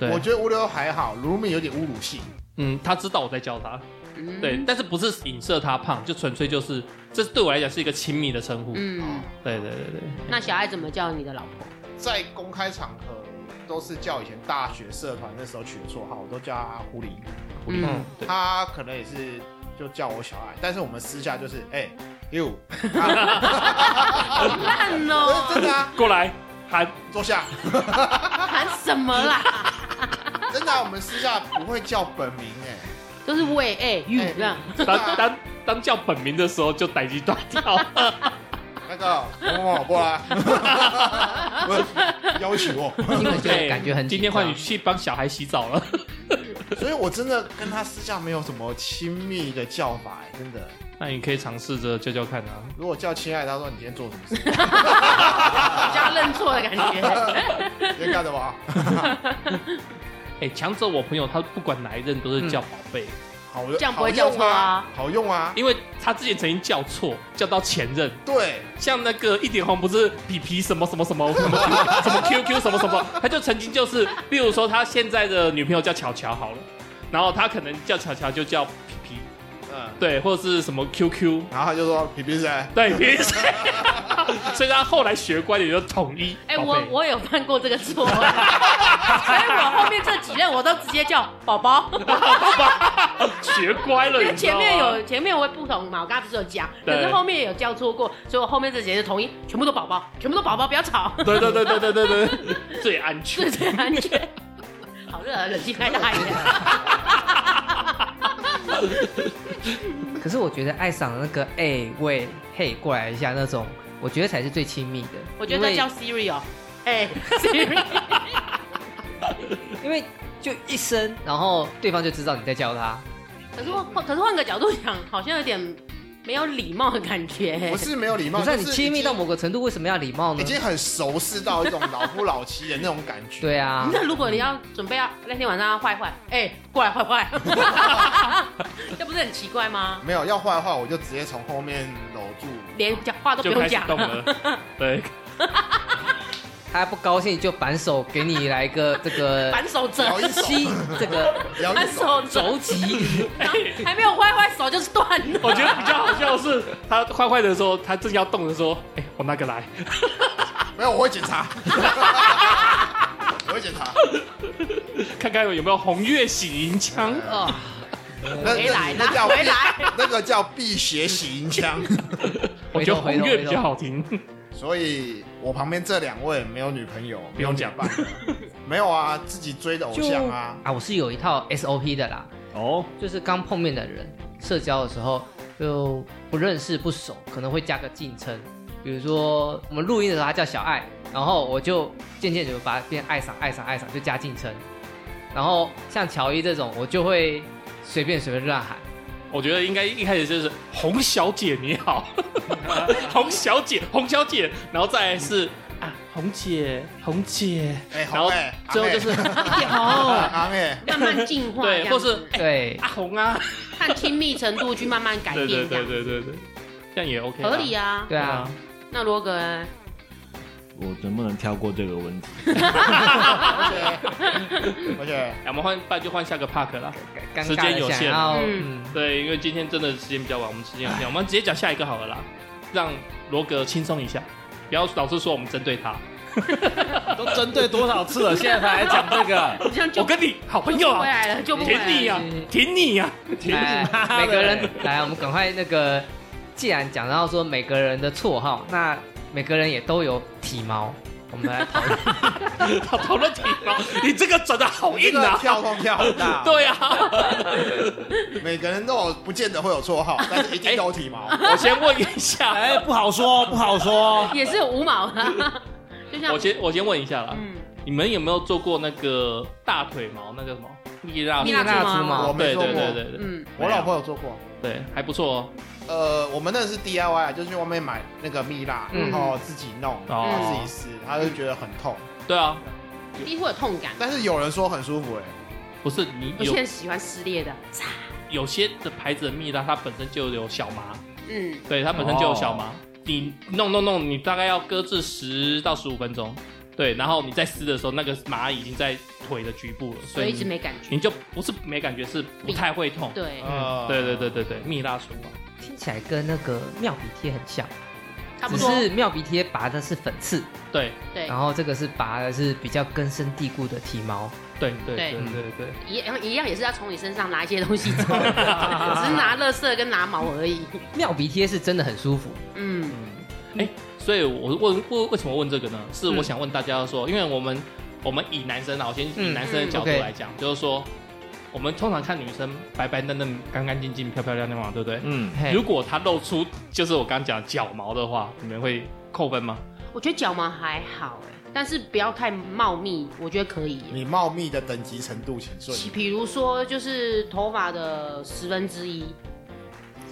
Speaker 1: 对
Speaker 3: 我，觉得乌溜还好，卢米有点侮辱性，
Speaker 1: 嗯，他知道我在叫他，
Speaker 5: 嗯
Speaker 1: 对，，但是不是影射他胖，就纯粹就是这对我来讲是一个亲密的称呼。
Speaker 5: 嗯，
Speaker 1: 对对对对，
Speaker 5: 那小爱怎么叫你的老婆？
Speaker 3: 在公开场合都是叫以前大学社团那时候取的绰号，我都叫他狐狸。
Speaker 5: 嗯，
Speaker 1: 对
Speaker 3: 他可能也是就叫我小爱，但是我们私下就是哎、you，、啊、
Speaker 5: 好烂
Speaker 3: 不是
Speaker 5: 哦，
Speaker 3: 真的啊，
Speaker 1: 过来喊
Speaker 3: 坐下，
Speaker 5: 喊什么啦？
Speaker 3: 真的啊、我们私下不会叫本名哎、
Speaker 5: 就是喂哎玉
Speaker 3: 哎
Speaker 5: 这样，
Speaker 3: 真的
Speaker 1: 当
Speaker 3: 啊、
Speaker 1: 当当叫本名的时候就逮鸡断掉。
Speaker 3: 那个某某某过来，不是要娶我，
Speaker 2: 因为觉得感觉很
Speaker 1: 今天换你
Speaker 2: 紧
Speaker 1: 去帮小孩洗澡了。
Speaker 3: 所以我真的跟他私下没有什么亲密的叫法、哎，真的。
Speaker 1: 那你可以尝试着叫叫看啊。
Speaker 3: 如果叫亲爱的，他说你今天做什么事，
Speaker 5: 比较认错的感觉。
Speaker 3: 你在干什 么啊？
Speaker 1: 哎、强者我朋友他不管哪一任都是叫宝贝，
Speaker 3: 好
Speaker 5: 这样不会叫错啊
Speaker 3: 好用啊，好用啊，
Speaker 1: 因为他之前曾经叫错，叫到前任，
Speaker 3: 对，
Speaker 1: 像那个一点红不是皮皮什么什么什么什么 Q 什么 QQ 什么什么，他就曾经就是，例如说他现在的女朋友叫巧巧好了，然后他可能叫巧巧就叫皮皮，
Speaker 3: 嗯，
Speaker 1: 对，或者是什么 QQ，
Speaker 3: 然后他就说皮皮是谁？
Speaker 1: 对，皮皮，所以他后来学观点就统一。
Speaker 5: 哎、
Speaker 1: 宝贝
Speaker 5: 我我有犯过这 个错，所以我后面这几任我都直接叫宝宝，
Speaker 1: 学乖了，
Speaker 5: 因
Speaker 1: 你
Speaker 5: 为
Speaker 1: 知
Speaker 5: 前
Speaker 1: 道吗
Speaker 5: 面有前面我会不同嘛，我刚才不是有讲，啊可是
Speaker 1: 对
Speaker 5: 后面有叫错过，所以我后面这几任就统一，全部都宝宝，全部都宝宝，不要吵，
Speaker 1: 对对对对对对对，最安全。
Speaker 5: 是这样安全。 好热啊，冷气开 大一点。
Speaker 2: 可是我觉得爱上那个哎喂嘿过来一下那种，我觉得才是最亲密的。
Speaker 5: 我觉
Speaker 2: 因
Speaker 5: 得
Speaker 2: 为
Speaker 5: 叫 Siri 哦，哎、s i r i
Speaker 2: 因为就一声，然后对方就知道你在叫他。
Speaker 5: 可是我可是换个角度想，好像有点没有礼貌的感觉、
Speaker 3: 不是没有礼貌，
Speaker 2: 不是啊
Speaker 3: 就
Speaker 2: 你
Speaker 3: 是
Speaker 2: 亲密到某个程度，为什么要礼貌
Speaker 3: 已经
Speaker 2: 呢
Speaker 3: 已？经很熟识到一种老夫老妻的那种感觉。
Speaker 2: 对啊，
Speaker 5: 那如果你要准备要那天晚上要坏坏，哎、过来 坏坏，这不是很奇怪吗？
Speaker 3: 没有要坏的话，我就直接从后面搂住，
Speaker 5: 连讲话都不
Speaker 1: 就
Speaker 5: 用
Speaker 1: 开始
Speaker 5: 讲
Speaker 1: 动，了，对，
Speaker 2: 他不高兴就反手给你来个这 个
Speaker 5: 反手折，
Speaker 3: 摇一手，
Speaker 2: 七这个
Speaker 3: 摇一
Speaker 5: 反
Speaker 3: 手，
Speaker 5: 手折，
Speaker 2: 肘击，
Speaker 5: 还没有坏坏手就是断了。
Speaker 1: 我觉得比较好笑的是，他坏坏的时候，他正要动的时候，哎、我那个来，
Speaker 3: 没有，我会检查， 我会 检查。
Speaker 1: 看看有没有红月喜迎枪。
Speaker 5: 哦，
Speaker 3: 那
Speaker 5: 回来
Speaker 3: 那
Speaker 5: 啦
Speaker 3: 那叫
Speaker 5: 回来，
Speaker 3: 那个叫辟邪洗银枪。
Speaker 1: 我觉得红月比较好听。
Speaker 3: 所以我旁边这两位没有女朋友，
Speaker 1: 不用讲
Speaker 3: 吧？没有啊，自己追的偶像啊，
Speaker 2: 啊，我是有一套 SOP 的啦，
Speaker 4: 哦，
Speaker 2: 就是刚碰面的人社交的时候就不认识不熟，可能会加个敬称，比如说我们录音的时候他叫小爱，然后我就渐渐就把他变爱上爱上爱上，就加敬称。然后像乔伊这种，我就会随便随便乱喊，
Speaker 1: 我觉得应该一开始就是红小姐你好，红小姐，红小姐，然后再来是啊红姐，红姐，
Speaker 3: 哎，
Speaker 1: 然
Speaker 3: 好
Speaker 1: 后
Speaker 3: 哎，
Speaker 1: 最后就是哦一点 红，
Speaker 3: 昂哎，
Speaker 5: 慢慢进化，
Speaker 1: 对
Speaker 5: 这，样
Speaker 1: 或是
Speaker 5: 子
Speaker 1: 哎
Speaker 2: 对
Speaker 1: 阿，红啊，
Speaker 5: 看亲密程度去慢慢改
Speaker 1: 对
Speaker 5: 变，
Speaker 1: 对
Speaker 5: 这
Speaker 1: 对对
Speaker 5: 样
Speaker 1: 对对，这样也 OK，
Speaker 5: 合理
Speaker 1: 啊。
Speaker 5: 啊。
Speaker 2: 对啊，
Speaker 5: 那罗格呢
Speaker 4: 我能不能跳过这个问题？
Speaker 3: 哎 而且
Speaker 1: 哎我们换，不然就换下个 park 啦。
Speaker 2: 尴
Speaker 1: 啊时
Speaker 2: 尬
Speaker 1: 间
Speaker 2: 的
Speaker 1: 有
Speaker 2: 想
Speaker 1: 限啊
Speaker 2: 要
Speaker 5: 嗯
Speaker 2: 嗯，
Speaker 1: 对，因为今天真的时间比较晚，我们时间有限，我们直接讲下一个好了啦，让罗格轻松一下，不要老是说我们针对他。
Speaker 4: 都针对多少次了，现在才来讲这个？
Speaker 5: 好像 就
Speaker 1: 我跟你好朋
Speaker 5: 就
Speaker 1: 友
Speaker 5: 不回
Speaker 1: 啊，
Speaker 5: 来了，就不回
Speaker 1: 挺
Speaker 5: 来
Speaker 1: 你
Speaker 5: 了。
Speaker 1: 呀，挺 你啊呀，挺
Speaker 2: 哎
Speaker 1: 你。
Speaker 2: 每个人来，我们赶快那个，既然讲到说每个人的绰号，那每个人也都有体毛，我们来讨论。
Speaker 1: 讨 讨论体毛，你这个转的好
Speaker 3: 这
Speaker 1: 硬
Speaker 3: 个
Speaker 1: 啊！
Speaker 3: 跳动跳很大，
Speaker 1: 对啊，
Speaker 3: 每个人都有不见得会有绰号，但是一定都有体毛。
Speaker 1: 我先问一下，
Speaker 4: 哎，不好说， 不好说。
Speaker 5: 也是有五毛啊， 就像
Speaker 1: 我先我先问一下啦，
Speaker 5: 嗯，
Speaker 1: 你们有没有做过那个大腿毛那个什么蜜蜡？
Speaker 5: 蜜
Speaker 2: 蜡
Speaker 5: 蜡
Speaker 2: 烛
Speaker 5: 烛
Speaker 2: 毛
Speaker 3: 我
Speaker 2: 毛
Speaker 3: 没
Speaker 1: 对
Speaker 3: 做
Speaker 1: 对对
Speaker 3: 过，
Speaker 1: 对对
Speaker 5: 嗯，
Speaker 3: 我老婆有做过。
Speaker 1: 对，还不错哦。
Speaker 3: 呃，我们那是 DIY，啊就是去外面买那个蜜蜡，
Speaker 2: 嗯
Speaker 3: 然后自己弄，然
Speaker 1: 哦
Speaker 3: 后自己撕，她就觉得很痛。
Speaker 1: 对啊，
Speaker 5: 一定会有痛感。
Speaker 3: 但是有人说很舒服，哎，
Speaker 1: 不是你
Speaker 5: 我现
Speaker 1: 有
Speaker 5: 在喜欢撕裂的，
Speaker 1: 有些的牌子的蜜蜡，它本身就有小麻，
Speaker 5: 嗯，
Speaker 1: 对，它本身就有小麻。你弄弄弄，你大概要搁置十到十五分钟，对，然后你在撕的时候，那个麻已经在腿的局部了，所
Speaker 5: 所以
Speaker 1: 以
Speaker 5: 一直
Speaker 1: 你
Speaker 5: 没感觉。
Speaker 1: 你就不是没感觉，是不太会痛。
Speaker 5: 对，
Speaker 3: 呃，
Speaker 1: 嗯对对对对对，蜜蜡除毛。
Speaker 2: 听起来跟那个妙笔贴很像，
Speaker 5: 差不
Speaker 2: 只
Speaker 5: 多。
Speaker 2: 是妙笔贴拔的是粉刺，
Speaker 1: 对
Speaker 5: 对
Speaker 2: 然，后这个是拔的是比较根深蒂固的体毛。
Speaker 1: 对对
Speaker 5: 对
Speaker 1: 对对对，
Speaker 5: 一样一样也是要从你身上拿一些东西 走，只是拿乐色跟拿毛而已。
Speaker 2: 妙笔贴是真的很舒服，
Speaker 5: 嗯，
Speaker 1: 哎所以我问为为什么问这个呢？是
Speaker 2: 嗯
Speaker 1: 我想问大家说，因为我们我们以男生啊，我先以
Speaker 2: 嗯
Speaker 1: 男生的角度
Speaker 2: 嗯，OK
Speaker 1: 来讲，就是说，我们通常看女生白白嫩嫩、干干净净、漂漂亮亮嘛，对不对？
Speaker 4: 嗯，
Speaker 2: 嘿
Speaker 1: 如果她露出就是我刚讲脚毛的话，你们会扣分吗？
Speaker 5: 我觉得脚毛还好哎，但是不要太茂密，我觉得可以。
Speaker 3: 你茂密的等级程度，请顺。
Speaker 5: 比如说，就是头发的十分之一，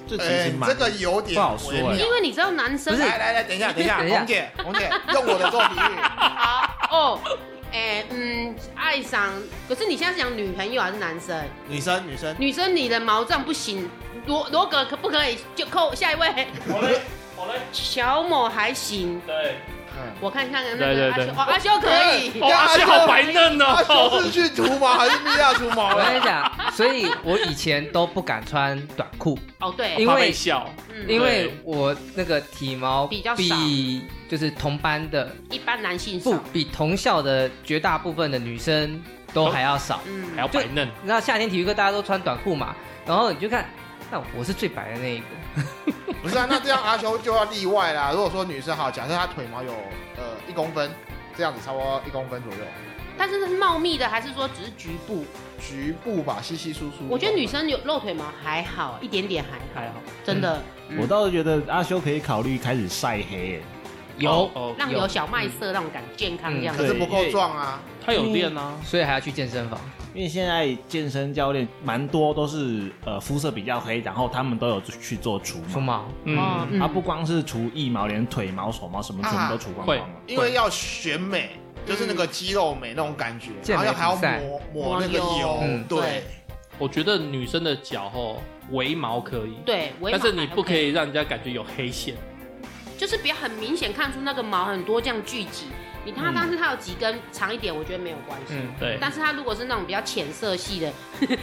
Speaker 4: 这其
Speaker 3: 哎
Speaker 4: 实，蛮
Speaker 3: 这个有点
Speaker 4: 不好说
Speaker 3: 微妙
Speaker 4: 哎
Speaker 5: 因为你知道男
Speaker 2: 啊
Speaker 5: 生啊
Speaker 2: 不是
Speaker 3: 来来来，等一下，等一下，
Speaker 2: 等一下
Speaker 3: 红姐，红姐，用我的做比喻，
Speaker 5: 哦，哎、嗯，爱上，可是你现在是讲女朋友还是男生？
Speaker 6: 女生女生，
Speaker 5: 女生你的毛杖不行，罗罗格可不可以？就扣下一位，
Speaker 1: 我嘞，我嘞，
Speaker 5: 小某还行，
Speaker 1: 对，
Speaker 3: 嗯，
Speaker 5: 我看看那
Speaker 1: 对
Speaker 5: 个
Speaker 1: 对
Speaker 5: 阿
Speaker 1: 对
Speaker 5: 修，哦，阿修可以，
Speaker 1: 哦，阿西好白嫩
Speaker 3: 他说
Speaker 1: 哦，
Speaker 3: 是去除毛还是蜜蜡除
Speaker 2: 我
Speaker 3: 毛
Speaker 2: 跟
Speaker 3: 了？
Speaker 2: 你讲，所以我以前都不敢穿短裤，
Speaker 5: 哦对，
Speaker 2: 因
Speaker 1: 怕
Speaker 2: 为
Speaker 1: 被笑，
Speaker 5: 嗯，
Speaker 2: 因为我那个体毛
Speaker 5: 比较少
Speaker 2: 比就是同班的
Speaker 5: 一般男性
Speaker 2: 不
Speaker 5: 少，
Speaker 2: 比同校的绝大部分的女生都还要少。
Speaker 5: 嗯
Speaker 1: 还，要白嫩，
Speaker 2: 你知道夏天体育课大家都穿短裤嘛，然后你就看，那我是最白的那一个，
Speaker 3: 不是啊，那这样阿修就要例外啦。如果说女生好，假设她腿毛有呃一公分，这样子差不多一公分左右，
Speaker 5: 但是是茂密的，还是说只是局部？
Speaker 3: 局部吧，稀稀疏疏。
Speaker 5: 我觉得女生有露腿毛还好，一点点还好，
Speaker 1: 还好，
Speaker 5: 真的，嗯
Speaker 4: 我倒是觉得阿修可以考虑开始晒黑耶，
Speaker 2: 有
Speaker 1: 哦，
Speaker 5: 让有小麦色那种感，健
Speaker 1: 嗯
Speaker 5: 康这样
Speaker 3: 可
Speaker 5: 子。
Speaker 3: 是不够壮啊。
Speaker 1: 他有练啊，
Speaker 2: 所以还要去健身房。
Speaker 4: 因为现在健身教练蛮多都是呃肤色比较黑，然后他们都有去做除
Speaker 2: 除
Speaker 4: 毛，
Speaker 2: 毛，
Speaker 5: 哦
Speaker 1: 嗯，
Speaker 5: 嗯
Speaker 4: 他不光是除腋毛，连腿毛、手毛什么全部都除光光了。
Speaker 3: 因为要选美，就是那个肌肉美那种感觉，
Speaker 2: 健
Speaker 3: 然后
Speaker 2: 美
Speaker 3: 要还要
Speaker 2: 比赛
Speaker 3: 抹抹那个
Speaker 5: 抹油
Speaker 3: 油，
Speaker 2: 嗯
Speaker 3: 对
Speaker 5: 对，
Speaker 1: 我觉得女生的脚后围毛可以，，
Speaker 5: 对，围
Speaker 1: 但是你
Speaker 5: 毛还
Speaker 1: 不可
Speaker 5: OK，
Speaker 1: 以让人家感觉有黑线，
Speaker 5: 就是不要很明显看出那个毛很多这样聚集。你看它，
Speaker 4: 嗯
Speaker 5: 但是它有几根长一点，我觉得没有关系。
Speaker 2: 嗯，
Speaker 1: 对，
Speaker 5: 但是它如果是那种比较浅色系的，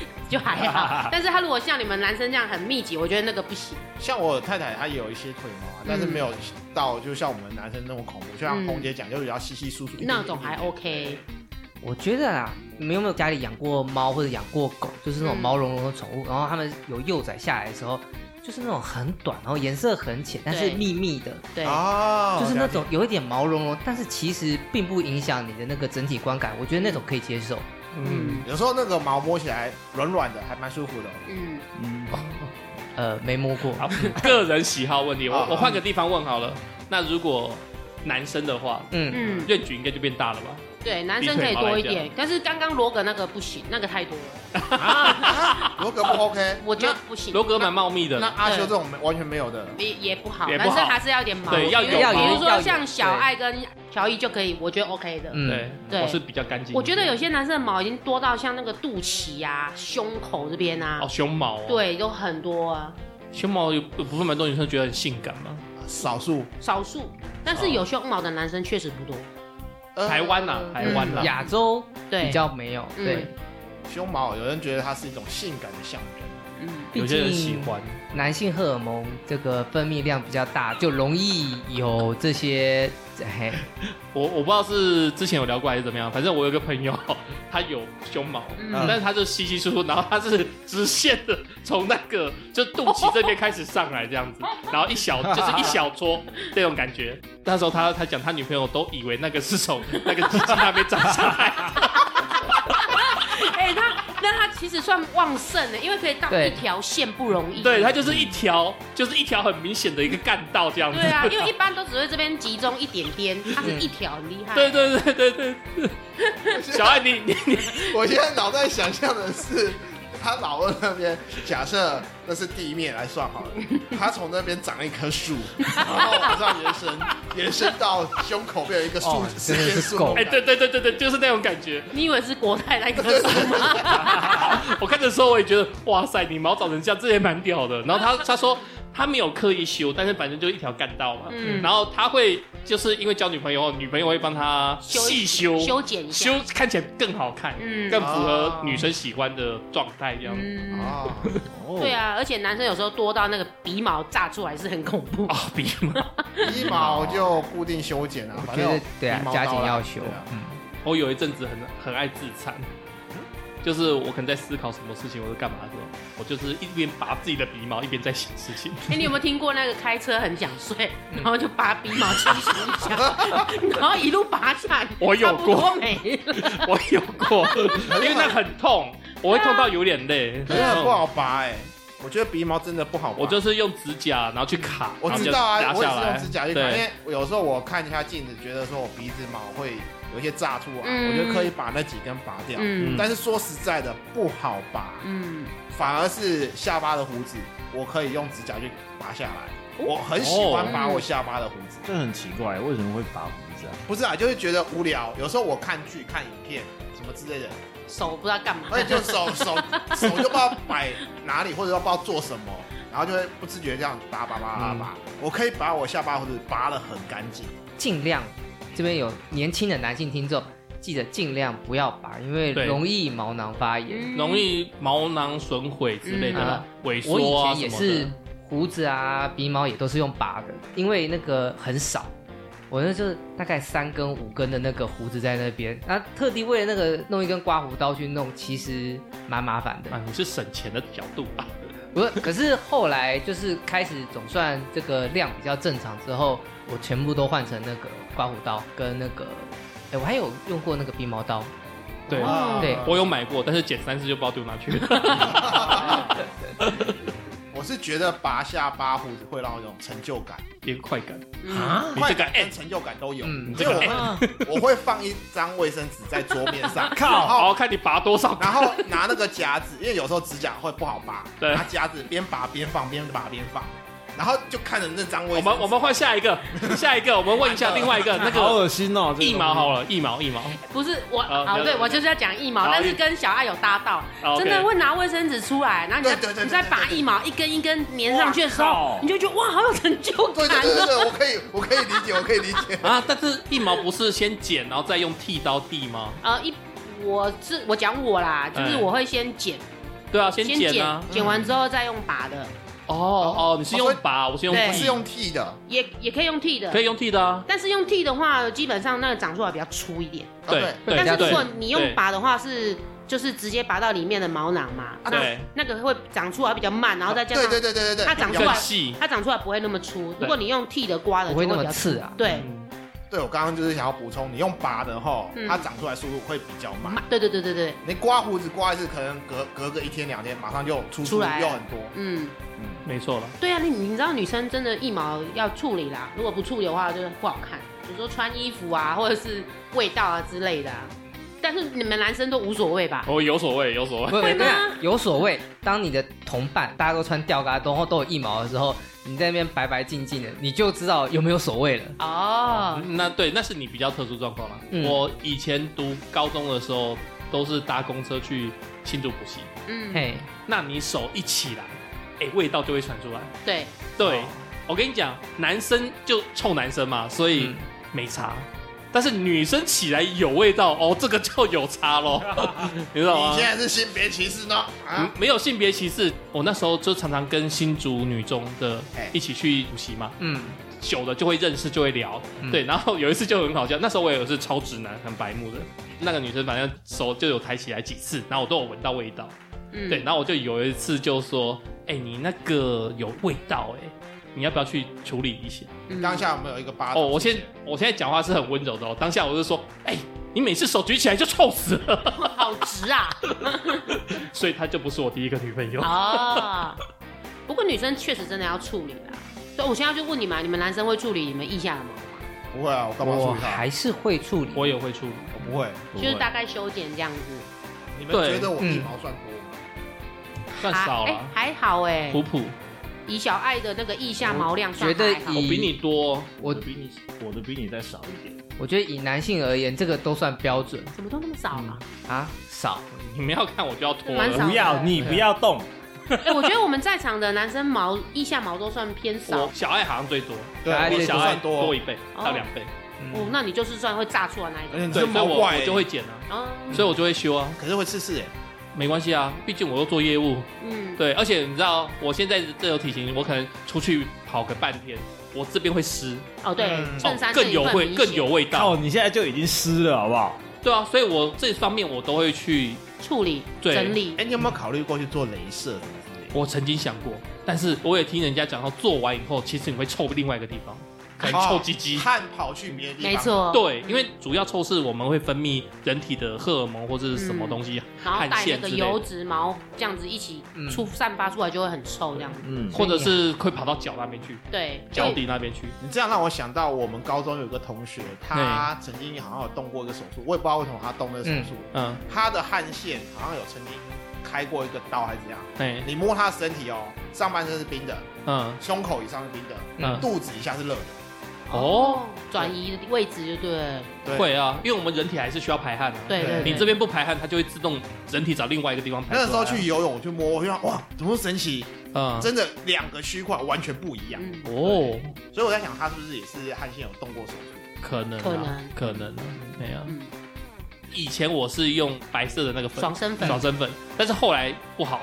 Speaker 5: 就还 好。但是它如果像你们男生这样很密集，我觉得那个不行。
Speaker 3: 像我太太她也有一些腿毛啊，但是没有到就像我们男生那么恐怖，就像
Speaker 5: 嗯
Speaker 3: 红姐讲，就比较稀稀疏疏一点点
Speaker 5: 那种还 OK。
Speaker 2: 我觉得啊，你们有没有家里养过猫或者养过狗，就是那种
Speaker 5: 嗯
Speaker 2: 毛茸茸的宠物，然后它们有幼崽下来的时候，就是那种很短，然后颜色很浅，但是
Speaker 5: 对
Speaker 2: 密密的，
Speaker 5: 对，
Speaker 1: 啊
Speaker 3: 哦，
Speaker 2: 就是那
Speaker 3: 了解
Speaker 2: 种有一点毛茸茸，但是其实并不影响你的那个整体观感。我觉得那种可以接受。
Speaker 5: 嗯
Speaker 3: 有时候那个毛摸起来软软的，还蛮舒 服的。
Speaker 5: 嗯，
Speaker 4: 嗯，
Speaker 2: 呃，没摸过，
Speaker 1: 好，个人喜好问题，我
Speaker 3: 好
Speaker 1: 我换个地方问好了，那如果男生的话，
Speaker 2: 嗯，
Speaker 5: 嗯，
Speaker 1: 愿举应该就变大了吧？
Speaker 5: 对，男生可以多一点，但是刚刚罗格那个不行，那个太多了，
Speaker 3: 罗格不 OK，
Speaker 5: 我觉得不行。
Speaker 1: 罗格蛮茂密
Speaker 3: 那
Speaker 1: 的，
Speaker 3: 阿修这种没完全没有的，
Speaker 5: 也也不好，
Speaker 1: 也不
Speaker 5: 男
Speaker 1: 好
Speaker 5: 生还是要有点毛。
Speaker 1: 对要有
Speaker 5: 比如
Speaker 1: 毛
Speaker 5: 比如
Speaker 2: 要
Speaker 5: 说
Speaker 2: 有
Speaker 5: 像小爱跟乔伊就可以，我觉得 OK 的。
Speaker 2: 嗯
Speaker 1: 对，
Speaker 5: 对
Speaker 1: 我是比较干净一点。
Speaker 5: 我觉得有些男生的毛已经多到像那个肚脐啊、胸口这边啊
Speaker 1: 哦，，胸毛哦，
Speaker 5: 对，有很多啊，
Speaker 1: 胸毛有有部分蛮多女生觉得很性感嘛，
Speaker 3: 呃少数。
Speaker 5: 少数。但
Speaker 1: 哦
Speaker 5: 是有胸毛的男生确实不多。
Speaker 3: 呃
Speaker 1: 台湾呐，台湾
Speaker 2: 嗯
Speaker 1: 呐，
Speaker 2: 亚洲
Speaker 5: 对，
Speaker 2: 比较没有，
Speaker 5: 嗯
Speaker 2: 对，
Speaker 3: 胸毛，有人觉得它是一种性感的象征。
Speaker 5: 嗯，
Speaker 1: 有些人喜欢，
Speaker 2: 男性荷尔蒙这个分泌量比较大，就容易有这些，嘿，
Speaker 1: 我我不知道是之前有聊过还是怎么样，反正我有个朋友，他有胸毛，
Speaker 5: 嗯
Speaker 1: 但是他就稀稀疏疏，然后他是直线的从那个就肚脐这边开始上来这样 子，然后一小就是一小撮这种感觉。那时候他他讲他女朋友都以为那个是从那个鸡鸡那边长上 来，
Speaker 5: 哎、他那他其实算旺盛的，因为可以到
Speaker 2: 对
Speaker 5: 一条线不容易。
Speaker 1: 对，他就是一条就是一条很明显的一个干道这样子。
Speaker 5: 对啊，因为一般都只会这边集中一点点，他是一条，很厉害。
Speaker 1: 嗯对对对对对， 小爱你你你
Speaker 3: 我现在脑袋想象的是， 他老二那边，假设那是地面来算 好了，他从那边长一棵树，然后往上延伸，延伸到胸口边有一个树
Speaker 2: 哦，
Speaker 3: 是
Speaker 2: 真的是
Speaker 3: 变树
Speaker 2: 够
Speaker 3: 木
Speaker 1: 哎，对对对对对，就是那种感觉。
Speaker 5: 你以为是国泰那棵树吗？
Speaker 1: 我看的时候我也觉得，哇塞，你毛长成这样，这也蛮屌的。然后 他他说他没有刻意修，但是反正就一条干道嘛。
Speaker 5: 嗯
Speaker 1: 然后他会就是因为交女朋友，女朋友会帮他细修
Speaker 5: 修剪一下
Speaker 1: 修，看起来更好看，
Speaker 5: 嗯
Speaker 1: 更符合女生喜欢的状态这样。
Speaker 5: 嗯，
Speaker 3: 啊，
Speaker 4: 哦
Speaker 5: 对，啊，而且男生有时候多到那个鼻毛炸出来是很恐怖
Speaker 1: 啊。，鼻毛！
Speaker 3: 鼻毛就固定修剪啊，
Speaker 2: 我
Speaker 3: 反
Speaker 2: 觉
Speaker 3: 正
Speaker 2: 得
Speaker 3: 有
Speaker 2: 对啊
Speaker 3: 鼻，毛
Speaker 2: 加紧
Speaker 3: 刀啦
Speaker 2: 要修
Speaker 3: 对啊，
Speaker 2: 嗯，
Speaker 1: 我有一阵子很很爱自残，就是我可能在思考什么事情或者干嘛的时候，我就是一边拔自己的鼻毛，一边在想事 情。
Speaker 5: 哎、你有没有听过那个开车很想睡，然后就把鼻毛清洗一下，啊 然后一路拔下来？
Speaker 1: 我有过
Speaker 5: 差不多没了。
Speaker 1: 我有过，因为那很痛，我会痛到有点累。
Speaker 3: 真的不好拔哎，我觉得鼻毛真的不好拔。
Speaker 1: 我就是用指甲，然后去卡，
Speaker 3: 我
Speaker 1: 然后
Speaker 3: 知
Speaker 1: 就
Speaker 3: 道啊，
Speaker 1: 压
Speaker 3: 我也
Speaker 1: 下
Speaker 3: 是
Speaker 1: 来。
Speaker 3: 用指甲去看，因
Speaker 1: 对，
Speaker 3: 为我有时候我看一下镜子，觉得说我鼻子毛会有一些炸出来，
Speaker 5: 嗯
Speaker 3: 我就刻意把那几根拔掉。
Speaker 5: 嗯
Speaker 3: 但是说实在的，不好拔，
Speaker 5: 嗯，
Speaker 3: 反而是下巴的胡子，我可以用指
Speaker 5: 哦
Speaker 3: 甲去拔下来。我很喜欢拔我下巴的胡子，
Speaker 4: 这很奇怪，为什么会拔胡
Speaker 6: 子啊？
Speaker 3: 不是啊，就是觉得无聊。有时候我看剧、看影片什么之类的，
Speaker 5: 手不知道干嘛。
Speaker 3: 而且就手手手就不知道摆哪里，或者要不知道做什么，然后就会不自觉这样拔拔拔拔拔。
Speaker 1: 嗯
Speaker 3: 我可以把我下巴或者拔得很干净。
Speaker 2: 尽量这边有年轻的男性听众，记得尽量不要拔，因为
Speaker 1: 对
Speaker 2: 容易毛囊发炎。
Speaker 5: 嗯
Speaker 1: 容易毛囊损毁之类的啦，萎
Speaker 2: 嗯我以
Speaker 1: 缩啊
Speaker 2: 前
Speaker 1: 什
Speaker 2: 也
Speaker 1: 么
Speaker 2: 是
Speaker 1: 的。
Speaker 2: 胡子啊、鼻毛也都是用拔的，因为那个很少。我那就是大概三根五根的那个胡子在那边，那、特地为了那个弄一根刮胡刀去弄，其实蛮麻烦的。
Speaker 1: 啊，你是省钱的角度 吧？
Speaker 2: 不是，可是后来就是开始总算这个量比较正常之后，我全部都换成那个刮胡刀跟那个，哎、我还有用过那个鼻毛刀，
Speaker 1: 对，
Speaker 3: 啊
Speaker 2: 对
Speaker 1: 我有买过，但是剪三次就不知道丢哪去 了。
Speaker 3: 我是觉得拔下巴胡子会让我有一种成就感，
Speaker 1: 一个快感，
Speaker 5: 嗯
Speaker 4: 啊
Speaker 1: 你
Speaker 3: 快
Speaker 1: 这个
Speaker 3: 感
Speaker 1: 哎
Speaker 3: 跟，成就感都有。
Speaker 2: 嗯
Speaker 3: 所以我会我会放一张卫生纸在桌面 上，然后
Speaker 1: 好好看你拔多少
Speaker 3: 然后拿那个夹子，因为有时候指甲会不好拔，
Speaker 1: 对
Speaker 3: 拿夹子边拔边放，边拔边放，然后就看着那张卫
Speaker 1: 我
Speaker 3: 生纸
Speaker 1: 们我们换下一个，下一个我们问一下另外一个那
Speaker 6: 好
Speaker 1: 个
Speaker 6: 恶心哦！这个
Speaker 1: 一毛好了，一毛一毛。
Speaker 5: 不是我，
Speaker 3: 哦
Speaker 1: 啊
Speaker 5: 好，
Speaker 1: 了
Speaker 5: 对
Speaker 1: 解
Speaker 5: 我就是要讲一毛，
Speaker 1: 好
Speaker 5: 但是
Speaker 1: 你
Speaker 5: 跟小爱有搭到，
Speaker 1: 啊，OK
Speaker 5: 真的会拿卫生纸出来，然后
Speaker 3: 对
Speaker 5: 你
Speaker 3: 对
Speaker 5: 再
Speaker 3: 对
Speaker 5: 你再
Speaker 3: 对对
Speaker 5: 拔
Speaker 3: 对
Speaker 5: 一毛一根一根粘上去的时候
Speaker 4: 哇靠，
Speaker 5: 你就觉得哇，好有成就
Speaker 3: 对
Speaker 5: 感
Speaker 3: 对对对
Speaker 5: 哦。
Speaker 3: 对，我可以我可以理解，我可以理解。
Speaker 1: 啊，但是一毛不是先剪，然后再用剃刀剃吗？
Speaker 5: 呃，一我是我讲我啦，就是
Speaker 1: 嗯
Speaker 5: 我会先剪，
Speaker 1: 对啊，先
Speaker 5: 先
Speaker 1: 剪啊。
Speaker 5: 剪完之后再用拔的，
Speaker 1: 哦哦，你是用拔，我是用
Speaker 5: 对
Speaker 1: 剃，
Speaker 3: 我是用剃的，
Speaker 5: 也也可以用剃的
Speaker 1: 可，以用剃的啊。
Speaker 5: 但是用剃的话，基本上那个长出来比较粗一点。
Speaker 1: 对
Speaker 3: 啊对
Speaker 1: 对
Speaker 5: 但是
Speaker 1: 对
Speaker 5: 如果你用
Speaker 1: 对
Speaker 5: 拔的话，是就是直接拔到里面的毛囊嘛，
Speaker 3: 啊
Speaker 5: 那
Speaker 1: 对
Speaker 5: 那个会长出来比较慢，然后再加
Speaker 3: 对
Speaker 5: 上
Speaker 3: 对对对对对，
Speaker 5: 它长出
Speaker 1: 更
Speaker 5: 来
Speaker 1: 细。
Speaker 5: 它长出来不会那么粗。如果你用剃的刮的，
Speaker 2: 不会
Speaker 5: 就
Speaker 2: 那
Speaker 5: 比
Speaker 2: 么
Speaker 5: 较粗。
Speaker 2: 刺啊。
Speaker 5: 对，
Speaker 3: 对我刚刚就是想要补充，你用拔的吼
Speaker 5: 嗯，
Speaker 3: 它长出来速度会比较慢。
Speaker 1: 嗯
Speaker 5: 嘛对对对对对，
Speaker 3: 你刮胡子刮一次，可能隔隔个一天两天，马上就出
Speaker 5: 出来
Speaker 3: 又很多。
Speaker 5: 嗯，
Speaker 1: 没错了，
Speaker 5: 对啊，你你知道女生真的腋毛要处理啦，如果不处理的话，就是不好看。比如说穿衣服啊，或者是味道啊之类的啊。但是你们男生都无所谓吧？
Speaker 1: 哦我有所谓，有所谓。
Speaker 2: 不是，我跟
Speaker 5: 对
Speaker 2: 你
Speaker 5: 呃吗
Speaker 2: 讲，有所谓。当你的同伴大家都穿吊嘎，然后都有一毛的时候，你在那边白白净净的，你就知道有没有所谓了。
Speaker 5: 哦，
Speaker 1: 那对，那是你比较特殊状况啦。
Speaker 2: 嗯
Speaker 1: 我以前读高中的时候，都是搭公车去新竹补习，
Speaker 5: 嗯，
Speaker 2: 嘿，
Speaker 1: 那你手一起来，哎，味道就会传出来。
Speaker 5: 对，
Speaker 1: 对
Speaker 2: 哦，
Speaker 1: 我跟你讲，男生就臭男生嘛，所以
Speaker 2: 嗯
Speaker 1: 没差。但是女生起来有味道哦，这个就有差 咯，你知道吗
Speaker 3: 你现？在是性别歧视呢？
Speaker 1: 哦啊嗯
Speaker 3: 啊，
Speaker 1: 没有性别歧视，我那时候就常常跟新竹女中的
Speaker 3: 哎
Speaker 1: 一起去补习嘛，
Speaker 2: 嗯，
Speaker 1: 久了就会认识，就会聊。
Speaker 2: 嗯
Speaker 1: 对，然后有一次就很好笑，那时候我也是超直男，很白目的。那个女生反正手就有抬起来几次，然后我都有闻到味道。
Speaker 5: 嗯，
Speaker 1: 对，然后我就有一次就说：“哎、你那个有味道、哎，你要不要去处理一下
Speaker 5: 嗯
Speaker 3: 当下有没有一个巴？”掌？
Speaker 1: 哦，我现我现在讲话是很温柔的哦，当下我就说：“哎、你每次手举起来就臭死了。
Speaker 5: 好直啊！”
Speaker 1: 所以她就不是我第一个女朋友。
Speaker 5: 哦，不过女生确实真的要处理啦。所以我现在就问你们，你们男生会处理你们腋下的毛吗？
Speaker 3: 不会啊，我干嘛
Speaker 2: 我
Speaker 3: 处理他？
Speaker 2: 还是会处理。
Speaker 1: 我也会处理，
Speaker 3: 我不会。
Speaker 6: 不
Speaker 5: 就是
Speaker 6: 会
Speaker 5: 大概修剪这样子，
Speaker 3: 你们
Speaker 1: 对
Speaker 3: 觉得我
Speaker 5: 嗯
Speaker 3: 一毛算多吗？
Speaker 1: 算少
Speaker 5: 还
Speaker 1: 了，
Speaker 5: 哎还好哎
Speaker 1: 普。普，
Speaker 5: 以小爱的那个腋下毛量算
Speaker 2: 觉得
Speaker 5: 还好
Speaker 1: 我比你多，
Speaker 2: 我
Speaker 4: 比你我的比你再少一点，
Speaker 2: 我觉得以男性而言，这个都算标准
Speaker 5: 怎么都那么少啊？
Speaker 2: 啊，少。
Speaker 1: 你们要看我就要脱
Speaker 5: 蛮少
Speaker 1: 了。
Speaker 5: 的
Speaker 4: 不要你不要动，
Speaker 5: 哎，我觉得我们在场的男生毛腋下毛都算偏少
Speaker 1: 我。小爱好像最多，
Speaker 2: 大概
Speaker 1: 嗯我
Speaker 2: 对
Speaker 1: 小
Speaker 3: 小
Speaker 1: 爱
Speaker 3: 算
Speaker 1: 多
Speaker 3: 多
Speaker 1: 一。倍
Speaker 5: 哦
Speaker 1: 到两倍，
Speaker 5: 哦，那你就是算会炸出来那一
Speaker 3: 而且
Speaker 5: 种。
Speaker 3: 你
Speaker 1: 所以
Speaker 3: 这
Speaker 1: 我
Speaker 3: 超怪
Speaker 1: 我
Speaker 3: 欸，
Speaker 1: 就会减啊，
Speaker 5: 嗯
Speaker 1: 所以我就会修啊，
Speaker 3: 可是会刺刺哎。
Speaker 1: 没关系啊，毕竟我又做业务，
Speaker 5: 嗯，
Speaker 1: 对，而且你知道我现在这种体型，我可能出去跑个半天，我这边会湿，
Speaker 5: 哦对，
Speaker 3: 嗯
Speaker 5: 衬衫这
Speaker 1: 更
Speaker 5: 一
Speaker 1: 有
Speaker 5: 份
Speaker 1: 味
Speaker 5: 明
Speaker 1: 更
Speaker 5: 显
Speaker 1: 有味道，
Speaker 4: 靠，你现在就已经湿了，好不好？
Speaker 1: 对啊，所以我这方面我都会去，
Speaker 5: 处理
Speaker 1: 对
Speaker 5: 整理
Speaker 3: 哎，。你有没有考虑过去做镭射什么之类的？
Speaker 1: 我曾经想过，但是我也听人家讲到，做完以后其实你会臭另外一个地方，可能
Speaker 3: 哦
Speaker 1: 臭鸡鸡。
Speaker 3: 汗跑去别的地方，
Speaker 5: 没，错，
Speaker 1: 对，因为主要臭是我们会分泌人体的荷尔蒙或者是什么东西，
Speaker 5: 嗯然后
Speaker 1: 汗
Speaker 5: 带那
Speaker 1: 腺之
Speaker 5: 个
Speaker 1: 类的
Speaker 5: 油脂毛这样子一起
Speaker 2: 嗯
Speaker 5: 出散发出来就会很臭这样子。
Speaker 4: 嗯，
Speaker 1: 或者是会跑到脚那边去，
Speaker 5: 对，
Speaker 1: 嗯脚底那边去。
Speaker 3: 你这样让我想到我们高中有个同学，他曾经好像有动过一个手术，我也不知道为什么他动那个手术，
Speaker 1: 嗯，
Speaker 3: 他的汗腺好像有曾经开过一个刀还是怎样。
Speaker 1: 哎，
Speaker 3: 你摸他的身体哦，上半身是冰的，
Speaker 1: 嗯
Speaker 3: 胸口以上是冰的，
Speaker 1: 嗯，
Speaker 3: 肚子以下是热的，
Speaker 1: 哦，
Speaker 5: 转移的位置就对，
Speaker 3: 对
Speaker 1: 会啊，因为我们人体还是需要排汗的、啊。
Speaker 5: 对对对
Speaker 1: 你这边不排汗，它就会自动人体找另外一个地方排出来
Speaker 3: 那
Speaker 1: 啊、
Speaker 3: 个时候去游泳，我就摸，我就想哇，怎么神奇？
Speaker 1: 嗯，
Speaker 3: 真的两个区块完全不一样。
Speaker 5: 嗯，
Speaker 1: 哦，
Speaker 3: 所以我在想，他是不是也是汉献有动过手术？
Speaker 1: 可能、啊，
Speaker 5: 可能
Speaker 1: 可能啊，对啊。
Speaker 5: 嗯，
Speaker 1: 以前我是用白色的那个粉，
Speaker 5: 爽身粉
Speaker 1: 爽身粉，但是后来不好，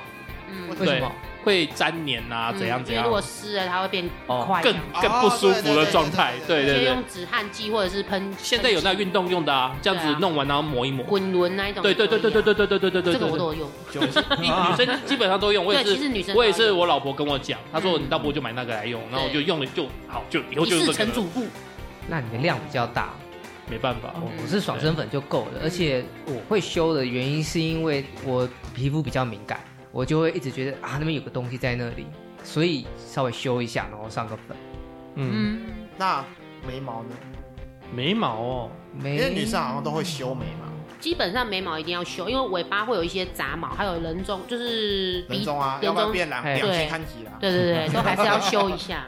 Speaker 5: 嗯，
Speaker 2: 为什
Speaker 1: 对
Speaker 2: 么？
Speaker 1: 会粘黏啊，怎样
Speaker 5: 嗯
Speaker 1: 怎
Speaker 5: 因为
Speaker 1: 样
Speaker 5: 如，果湿了，它会变
Speaker 1: 哦
Speaker 5: 快，这
Speaker 1: 更
Speaker 5: 样，
Speaker 1: 更
Speaker 3: 哦
Speaker 1: 不舒
Speaker 3: 对对
Speaker 1: 服
Speaker 3: 对
Speaker 1: 的
Speaker 3: 对
Speaker 1: 状态，
Speaker 3: 对
Speaker 1: 对
Speaker 5: 先
Speaker 1: 对对。
Speaker 5: 用止汗剂或者是喷。
Speaker 1: 现在有那个运动用的啊，这样
Speaker 5: 对啊
Speaker 1: 子弄完然后磨一磨。
Speaker 5: 滚轮那一种，
Speaker 1: 对对对对对，对对对对对对，
Speaker 5: 这个我
Speaker 1: 对
Speaker 5: 都有用。
Speaker 3: 就是
Speaker 1: 一
Speaker 2: 啊
Speaker 1: 女生基本上都用，我也
Speaker 5: 对，其实
Speaker 1: 是，
Speaker 5: 女生
Speaker 1: 我也是，
Speaker 5: 都
Speaker 1: 我老婆跟我讲，她说你要不就买那个来用，然后我就用了就好，就以
Speaker 5: 要
Speaker 1: 后
Speaker 5: 用
Speaker 1: 就
Speaker 5: 嗯一
Speaker 1: 是
Speaker 5: 世
Speaker 1: 这
Speaker 5: 成
Speaker 1: 个了，
Speaker 5: 主顾，
Speaker 2: 那你的量比较大，
Speaker 1: 没办法，哦
Speaker 5: 嗯
Speaker 2: 我
Speaker 1: 我
Speaker 2: 我是爽身粉就够了，而且我会修的原因是因为我皮肤比较敏感，我就会一直觉得啊那边有个东西在那里，所以稍微修一下，然后上个粉。
Speaker 1: 嗯，
Speaker 5: 嗯，
Speaker 3: 那眉毛呢？
Speaker 1: 眉毛哦，
Speaker 2: 没
Speaker 3: 因为女生好像都会修眉毛，
Speaker 5: 基本上眉毛一定要修，因为尾巴会有一些杂毛，还有人中，就是鼻
Speaker 3: 人中啊，
Speaker 5: 人
Speaker 3: 要不然
Speaker 5: 中，对
Speaker 3: 变两
Speaker 2: 哎
Speaker 3: 两
Speaker 5: 对
Speaker 3: 性看齐啦。
Speaker 5: 对对，都还是要修一下，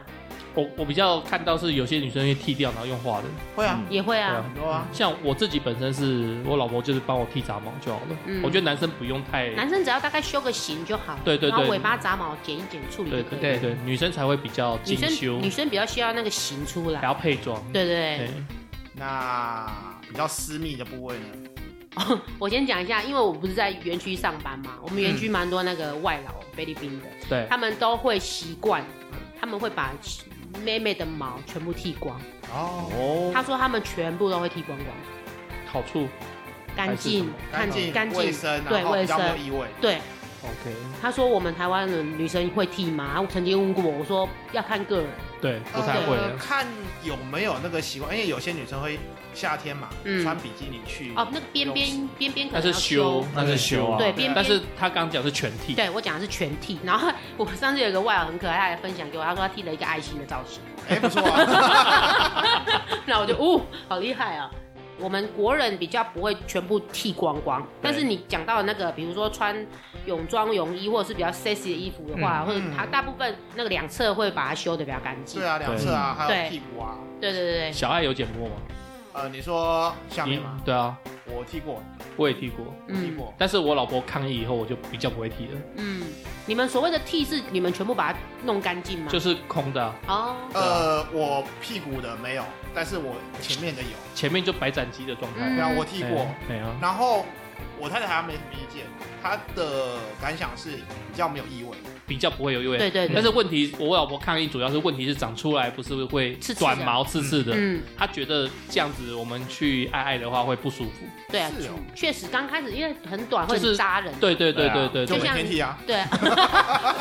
Speaker 1: 我我比较看到是有些女生会剃掉然后用化的，嗯
Speaker 3: 会啊，
Speaker 5: 也会啊，
Speaker 3: 很多啊。
Speaker 1: 像我自己本身是我老婆就是帮我剃杂毛就好了，
Speaker 5: 嗯
Speaker 1: 我觉得男生不用太，
Speaker 5: 男生只要大概修个型就好，
Speaker 1: 啊对对对
Speaker 5: 然后尾巴杂毛剪一剪处理
Speaker 1: 对
Speaker 5: 就可
Speaker 1: 对
Speaker 5: 以。
Speaker 1: 对对，女生才会比较
Speaker 5: 女
Speaker 1: 精修
Speaker 5: 生，女生比较需要那个型出
Speaker 1: 还
Speaker 5: 来，
Speaker 1: 要配妆，
Speaker 5: 对对
Speaker 1: 对
Speaker 5: 对。，
Speaker 3: 那比较私密的部位呢？
Speaker 5: 我先讲一下，因为我不是在园区上班嘛，我们园区蛮多那个外劳菲律宾的，
Speaker 1: 嗯对
Speaker 5: 他们都会习惯，他们会把妹妹的毛全部剃光。
Speaker 3: 哦，
Speaker 1: 哦，
Speaker 5: 他说他们全部都会剃光光，
Speaker 1: 好处
Speaker 5: 干净、
Speaker 3: 干净、
Speaker 5: 干
Speaker 3: 卫
Speaker 5: 净。
Speaker 3: 生，
Speaker 5: 对
Speaker 3: 然后比较
Speaker 5: 卫
Speaker 3: 没
Speaker 5: 生
Speaker 3: 有异味。
Speaker 5: 对，
Speaker 1: OK，
Speaker 5: 他说我们台湾的女生会剃吗？我曾经问过我，我说要看个人，
Speaker 1: 对，不太会
Speaker 3: 呃看有没有那个习惯，因为有些女生会夏天嘛，
Speaker 5: 嗯
Speaker 3: 穿比基尼去
Speaker 5: 哦，那个边边边边可
Speaker 1: 那
Speaker 5: 能要
Speaker 1: 是修，那是修啊。
Speaker 5: 对边边。
Speaker 1: 但是他刚讲是全剃，
Speaker 5: 对我讲的是全剃， 然后我上次有一个外劳很可爱，他来分享给我，他说他剃了一个爱心的造型，
Speaker 3: 哎，不错啊。
Speaker 5: 那我就哦，好厉害啊！我们国人比较不会全部剃光光，但是你讲到那个，比如说穿泳装、泳衣或者是比较 sexy 的衣服的话，
Speaker 3: 嗯
Speaker 5: 或者它大部分那个两侧会把它修的比较干净。
Speaker 3: 对啊，两侧啊，还有屁股啊。
Speaker 5: 对对对对，
Speaker 1: 小爱有剪过吗？
Speaker 3: 呃，你说下面吗
Speaker 1: 你？对啊，
Speaker 3: 我剃过，
Speaker 1: 我也剃过，
Speaker 3: 我剃过。
Speaker 1: 但是我老婆抗议以后，我就比较不会剃了，
Speaker 5: 嗯，你们所谓的剃是你们全部把它弄干净吗？
Speaker 1: 就是是空的啊，
Speaker 5: 哦，
Speaker 3: 呃，我屁股的没有，但是我前面的有。
Speaker 1: 前面就白斩鸡的状态。
Speaker 5: 嗯
Speaker 3: 对啊，我剃过。
Speaker 1: 哎，没啊，
Speaker 3: 然后我太太还没什么意见，她的感想是比较没有异味。
Speaker 1: 比较不会有异味。
Speaker 5: 对对对
Speaker 1: 但是问题，我老婆抗议主要是问题是长出来不是会
Speaker 5: 刺刺的
Speaker 1: 短毛刺刺的，
Speaker 5: 嗯，
Speaker 1: 她觉得这样子我们去爱爱的话会不舒服。
Speaker 5: 对啊，
Speaker 3: 是哦
Speaker 5: 确实刚开始因为很短会
Speaker 1: 就
Speaker 5: 很
Speaker 1: 是
Speaker 5: 扎人。
Speaker 1: 对对对
Speaker 4: 对啊
Speaker 1: 对对
Speaker 3: 就
Speaker 1: 对
Speaker 3: 每
Speaker 5: 就，像
Speaker 3: 天剃啊，
Speaker 5: 对 啊，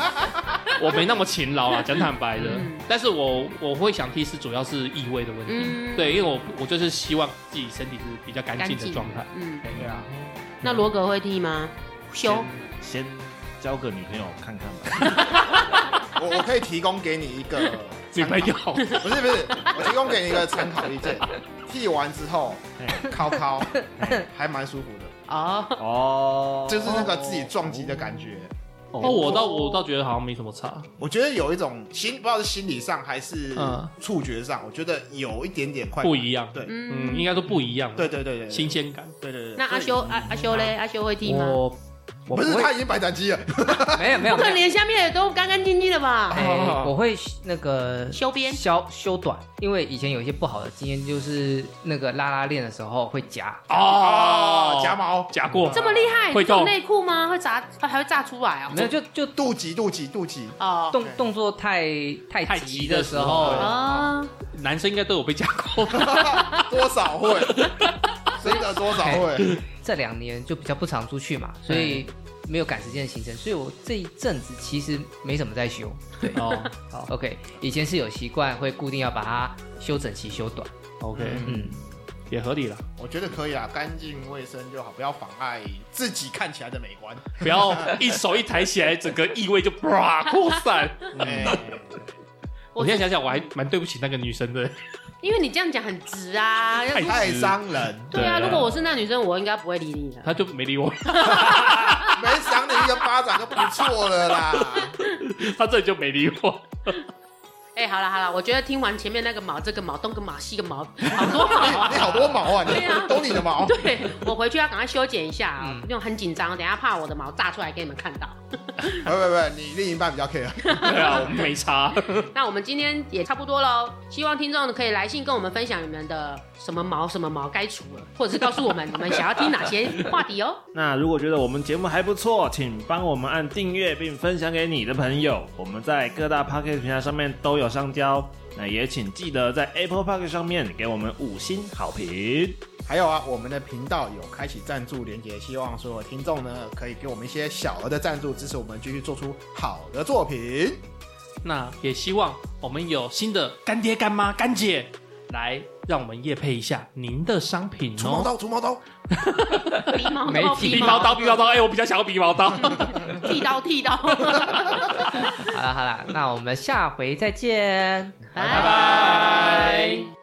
Speaker 1: 我没那么勤劳啊，讲坦白的
Speaker 5: 嗯。
Speaker 1: 但是我我会想剃是主要是异味的问题。
Speaker 5: 嗯，
Speaker 1: 对，因为我我就是希望自己身体是比较干净的状态。
Speaker 5: 嗯，
Speaker 3: 对 啊，
Speaker 5: 那罗格会剃吗？修，
Speaker 4: 先交个女朋友看看吧。
Speaker 3: 我我可以提供给你一 个
Speaker 1: 女朋友，
Speaker 3: 参考，
Speaker 5: 啊
Speaker 3: 不是不是，我提供给你一个参考意见。剃完之后，敲敲，还蛮舒服的，
Speaker 5: 哦，
Speaker 4: 哦
Speaker 3: 就是那个自己撞击的感觉。
Speaker 1: 哦，我倒我倒觉得好像没什么差。
Speaker 3: 我觉得有一种心，不知道是心理上还是
Speaker 1: 嗯
Speaker 3: 触觉上，我觉得有一点点快
Speaker 1: 不一样
Speaker 3: 对，
Speaker 5: 嗯
Speaker 1: 嗯，应该说不一样。
Speaker 3: 对，对对对，
Speaker 1: 新鲜感。
Speaker 3: 对对对。
Speaker 5: 那阿
Speaker 3: 所以
Speaker 5: 修阿阿修嘞，
Speaker 1: 啊
Speaker 5: 阿修会剃吗？
Speaker 2: 我我
Speaker 3: 不是
Speaker 2: 会
Speaker 3: 他已经白斩鸡了，
Speaker 2: 没有没有
Speaker 5: 不可
Speaker 2: 没
Speaker 5: 能
Speaker 2: 有，
Speaker 5: 连下面也都干干净净的吧？
Speaker 2: 哎，我会那个
Speaker 5: 修边
Speaker 2: 修修短，因为以前有一些不好的经验，就是那个拉拉链的时候会夹，
Speaker 3: 哦，夹毛
Speaker 1: 夹啊过，
Speaker 5: 这么厉害，
Speaker 1: 会
Speaker 5: 做
Speaker 1: 动
Speaker 5: 内裤吗？会炸，它还会炸出来哦。
Speaker 2: 没有就就
Speaker 3: 肚脐肚脐肚脐，
Speaker 5: 哦
Speaker 2: 动动作太太
Speaker 1: 太
Speaker 2: 急
Speaker 1: 急
Speaker 2: 的
Speaker 1: 的
Speaker 2: 时
Speaker 1: 时
Speaker 2: 候
Speaker 1: 候，
Speaker 5: 啊，
Speaker 1: 男生应该都有被夹过。
Speaker 3: 多少会， 真的多少会，
Speaker 2: 这两年就比较不常出去嘛，所以没有赶时间的行程，所以我这一阵子其实没什么在修。对
Speaker 1: 哦，好
Speaker 2: OK，以前是有习惯会固定要把它修整齐、修短。
Speaker 1: ，OK，
Speaker 2: 嗯，
Speaker 1: 也合理了，
Speaker 3: 我觉得可以啦，干净卫生就好，不要妨碍自己看起来的美观。
Speaker 1: 不要一手一抬起来，整个异味就啪扩散。
Speaker 3: 哎，
Speaker 5: 哦我
Speaker 1: 我现在想想，我还蛮对不起那个女生的。
Speaker 5: 因为你这样讲很直啊。要
Speaker 1: 太
Speaker 3: 太伤人，
Speaker 5: 对
Speaker 1: 对
Speaker 5: 啊，
Speaker 1: 啊
Speaker 5: 如果我是那女生，我应该不会理你的。
Speaker 1: 他就没理我，
Speaker 3: 没赏你一个巴掌就不错了啦。
Speaker 1: 他这里就没理我。
Speaker 5: 哎、好了好了，我觉得听完前面那个毛，这个毛，东个毛，西个毛，好多毛
Speaker 3: 你
Speaker 5: 啊
Speaker 3: 你好多毛啊，
Speaker 5: 对啊
Speaker 3: 你都你的毛。
Speaker 5: 对我回去要赶快修剪一下啊
Speaker 2: 嗯，
Speaker 5: 因为我很紧张，等一下怕我的毛炸出来给你们看到。
Speaker 3: 不不不，你另一半比较 care。
Speaker 1: 对啊，我们没 差。
Speaker 5: 那我们今天也差不多喽，希望听众可以来信跟我们分享你们的什么毛什么毛该除了，或者是告诉我们你们想要听哪些话题哦。
Speaker 4: 那如果觉得我们节目还不错，请帮我们按订阅并分享给你的朋友。我们在各大 p o c k e t 平台上面都有上交，那也请记得在 Apple p o c k e t 上面给我们五星好评。
Speaker 3: 还有啊，我们的频道有开启赞助连接，希望所有听众呢可以给我们一些小额的赞助，支持我们继续做出好的作品。
Speaker 1: 那也希望我们有新的干爹、干妈、干姐来，让我们夜配一下您的商品
Speaker 3: 除毛
Speaker 1: 哦。
Speaker 3: 刀，除毛刀，
Speaker 5: 鼻毛
Speaker 2: 没
Speaker 5: 刀、
Speaker 2: 提
Speaker 5: 鼻
Speaker 1: 鼻毛
Speaker 5: 毛
Speaker 1: 刀，鼻毛刀，哎、我比较想要鼻毛刀。
Speaker 3: 嗯
Speaker 5: 剃刀、剃刀。
Speaker 2: 嗯好
Speaker 5: 哎
Speaker 2: 了好了，那我们下回再见。
Speaker 5: 拜
Speaker 1: 拜。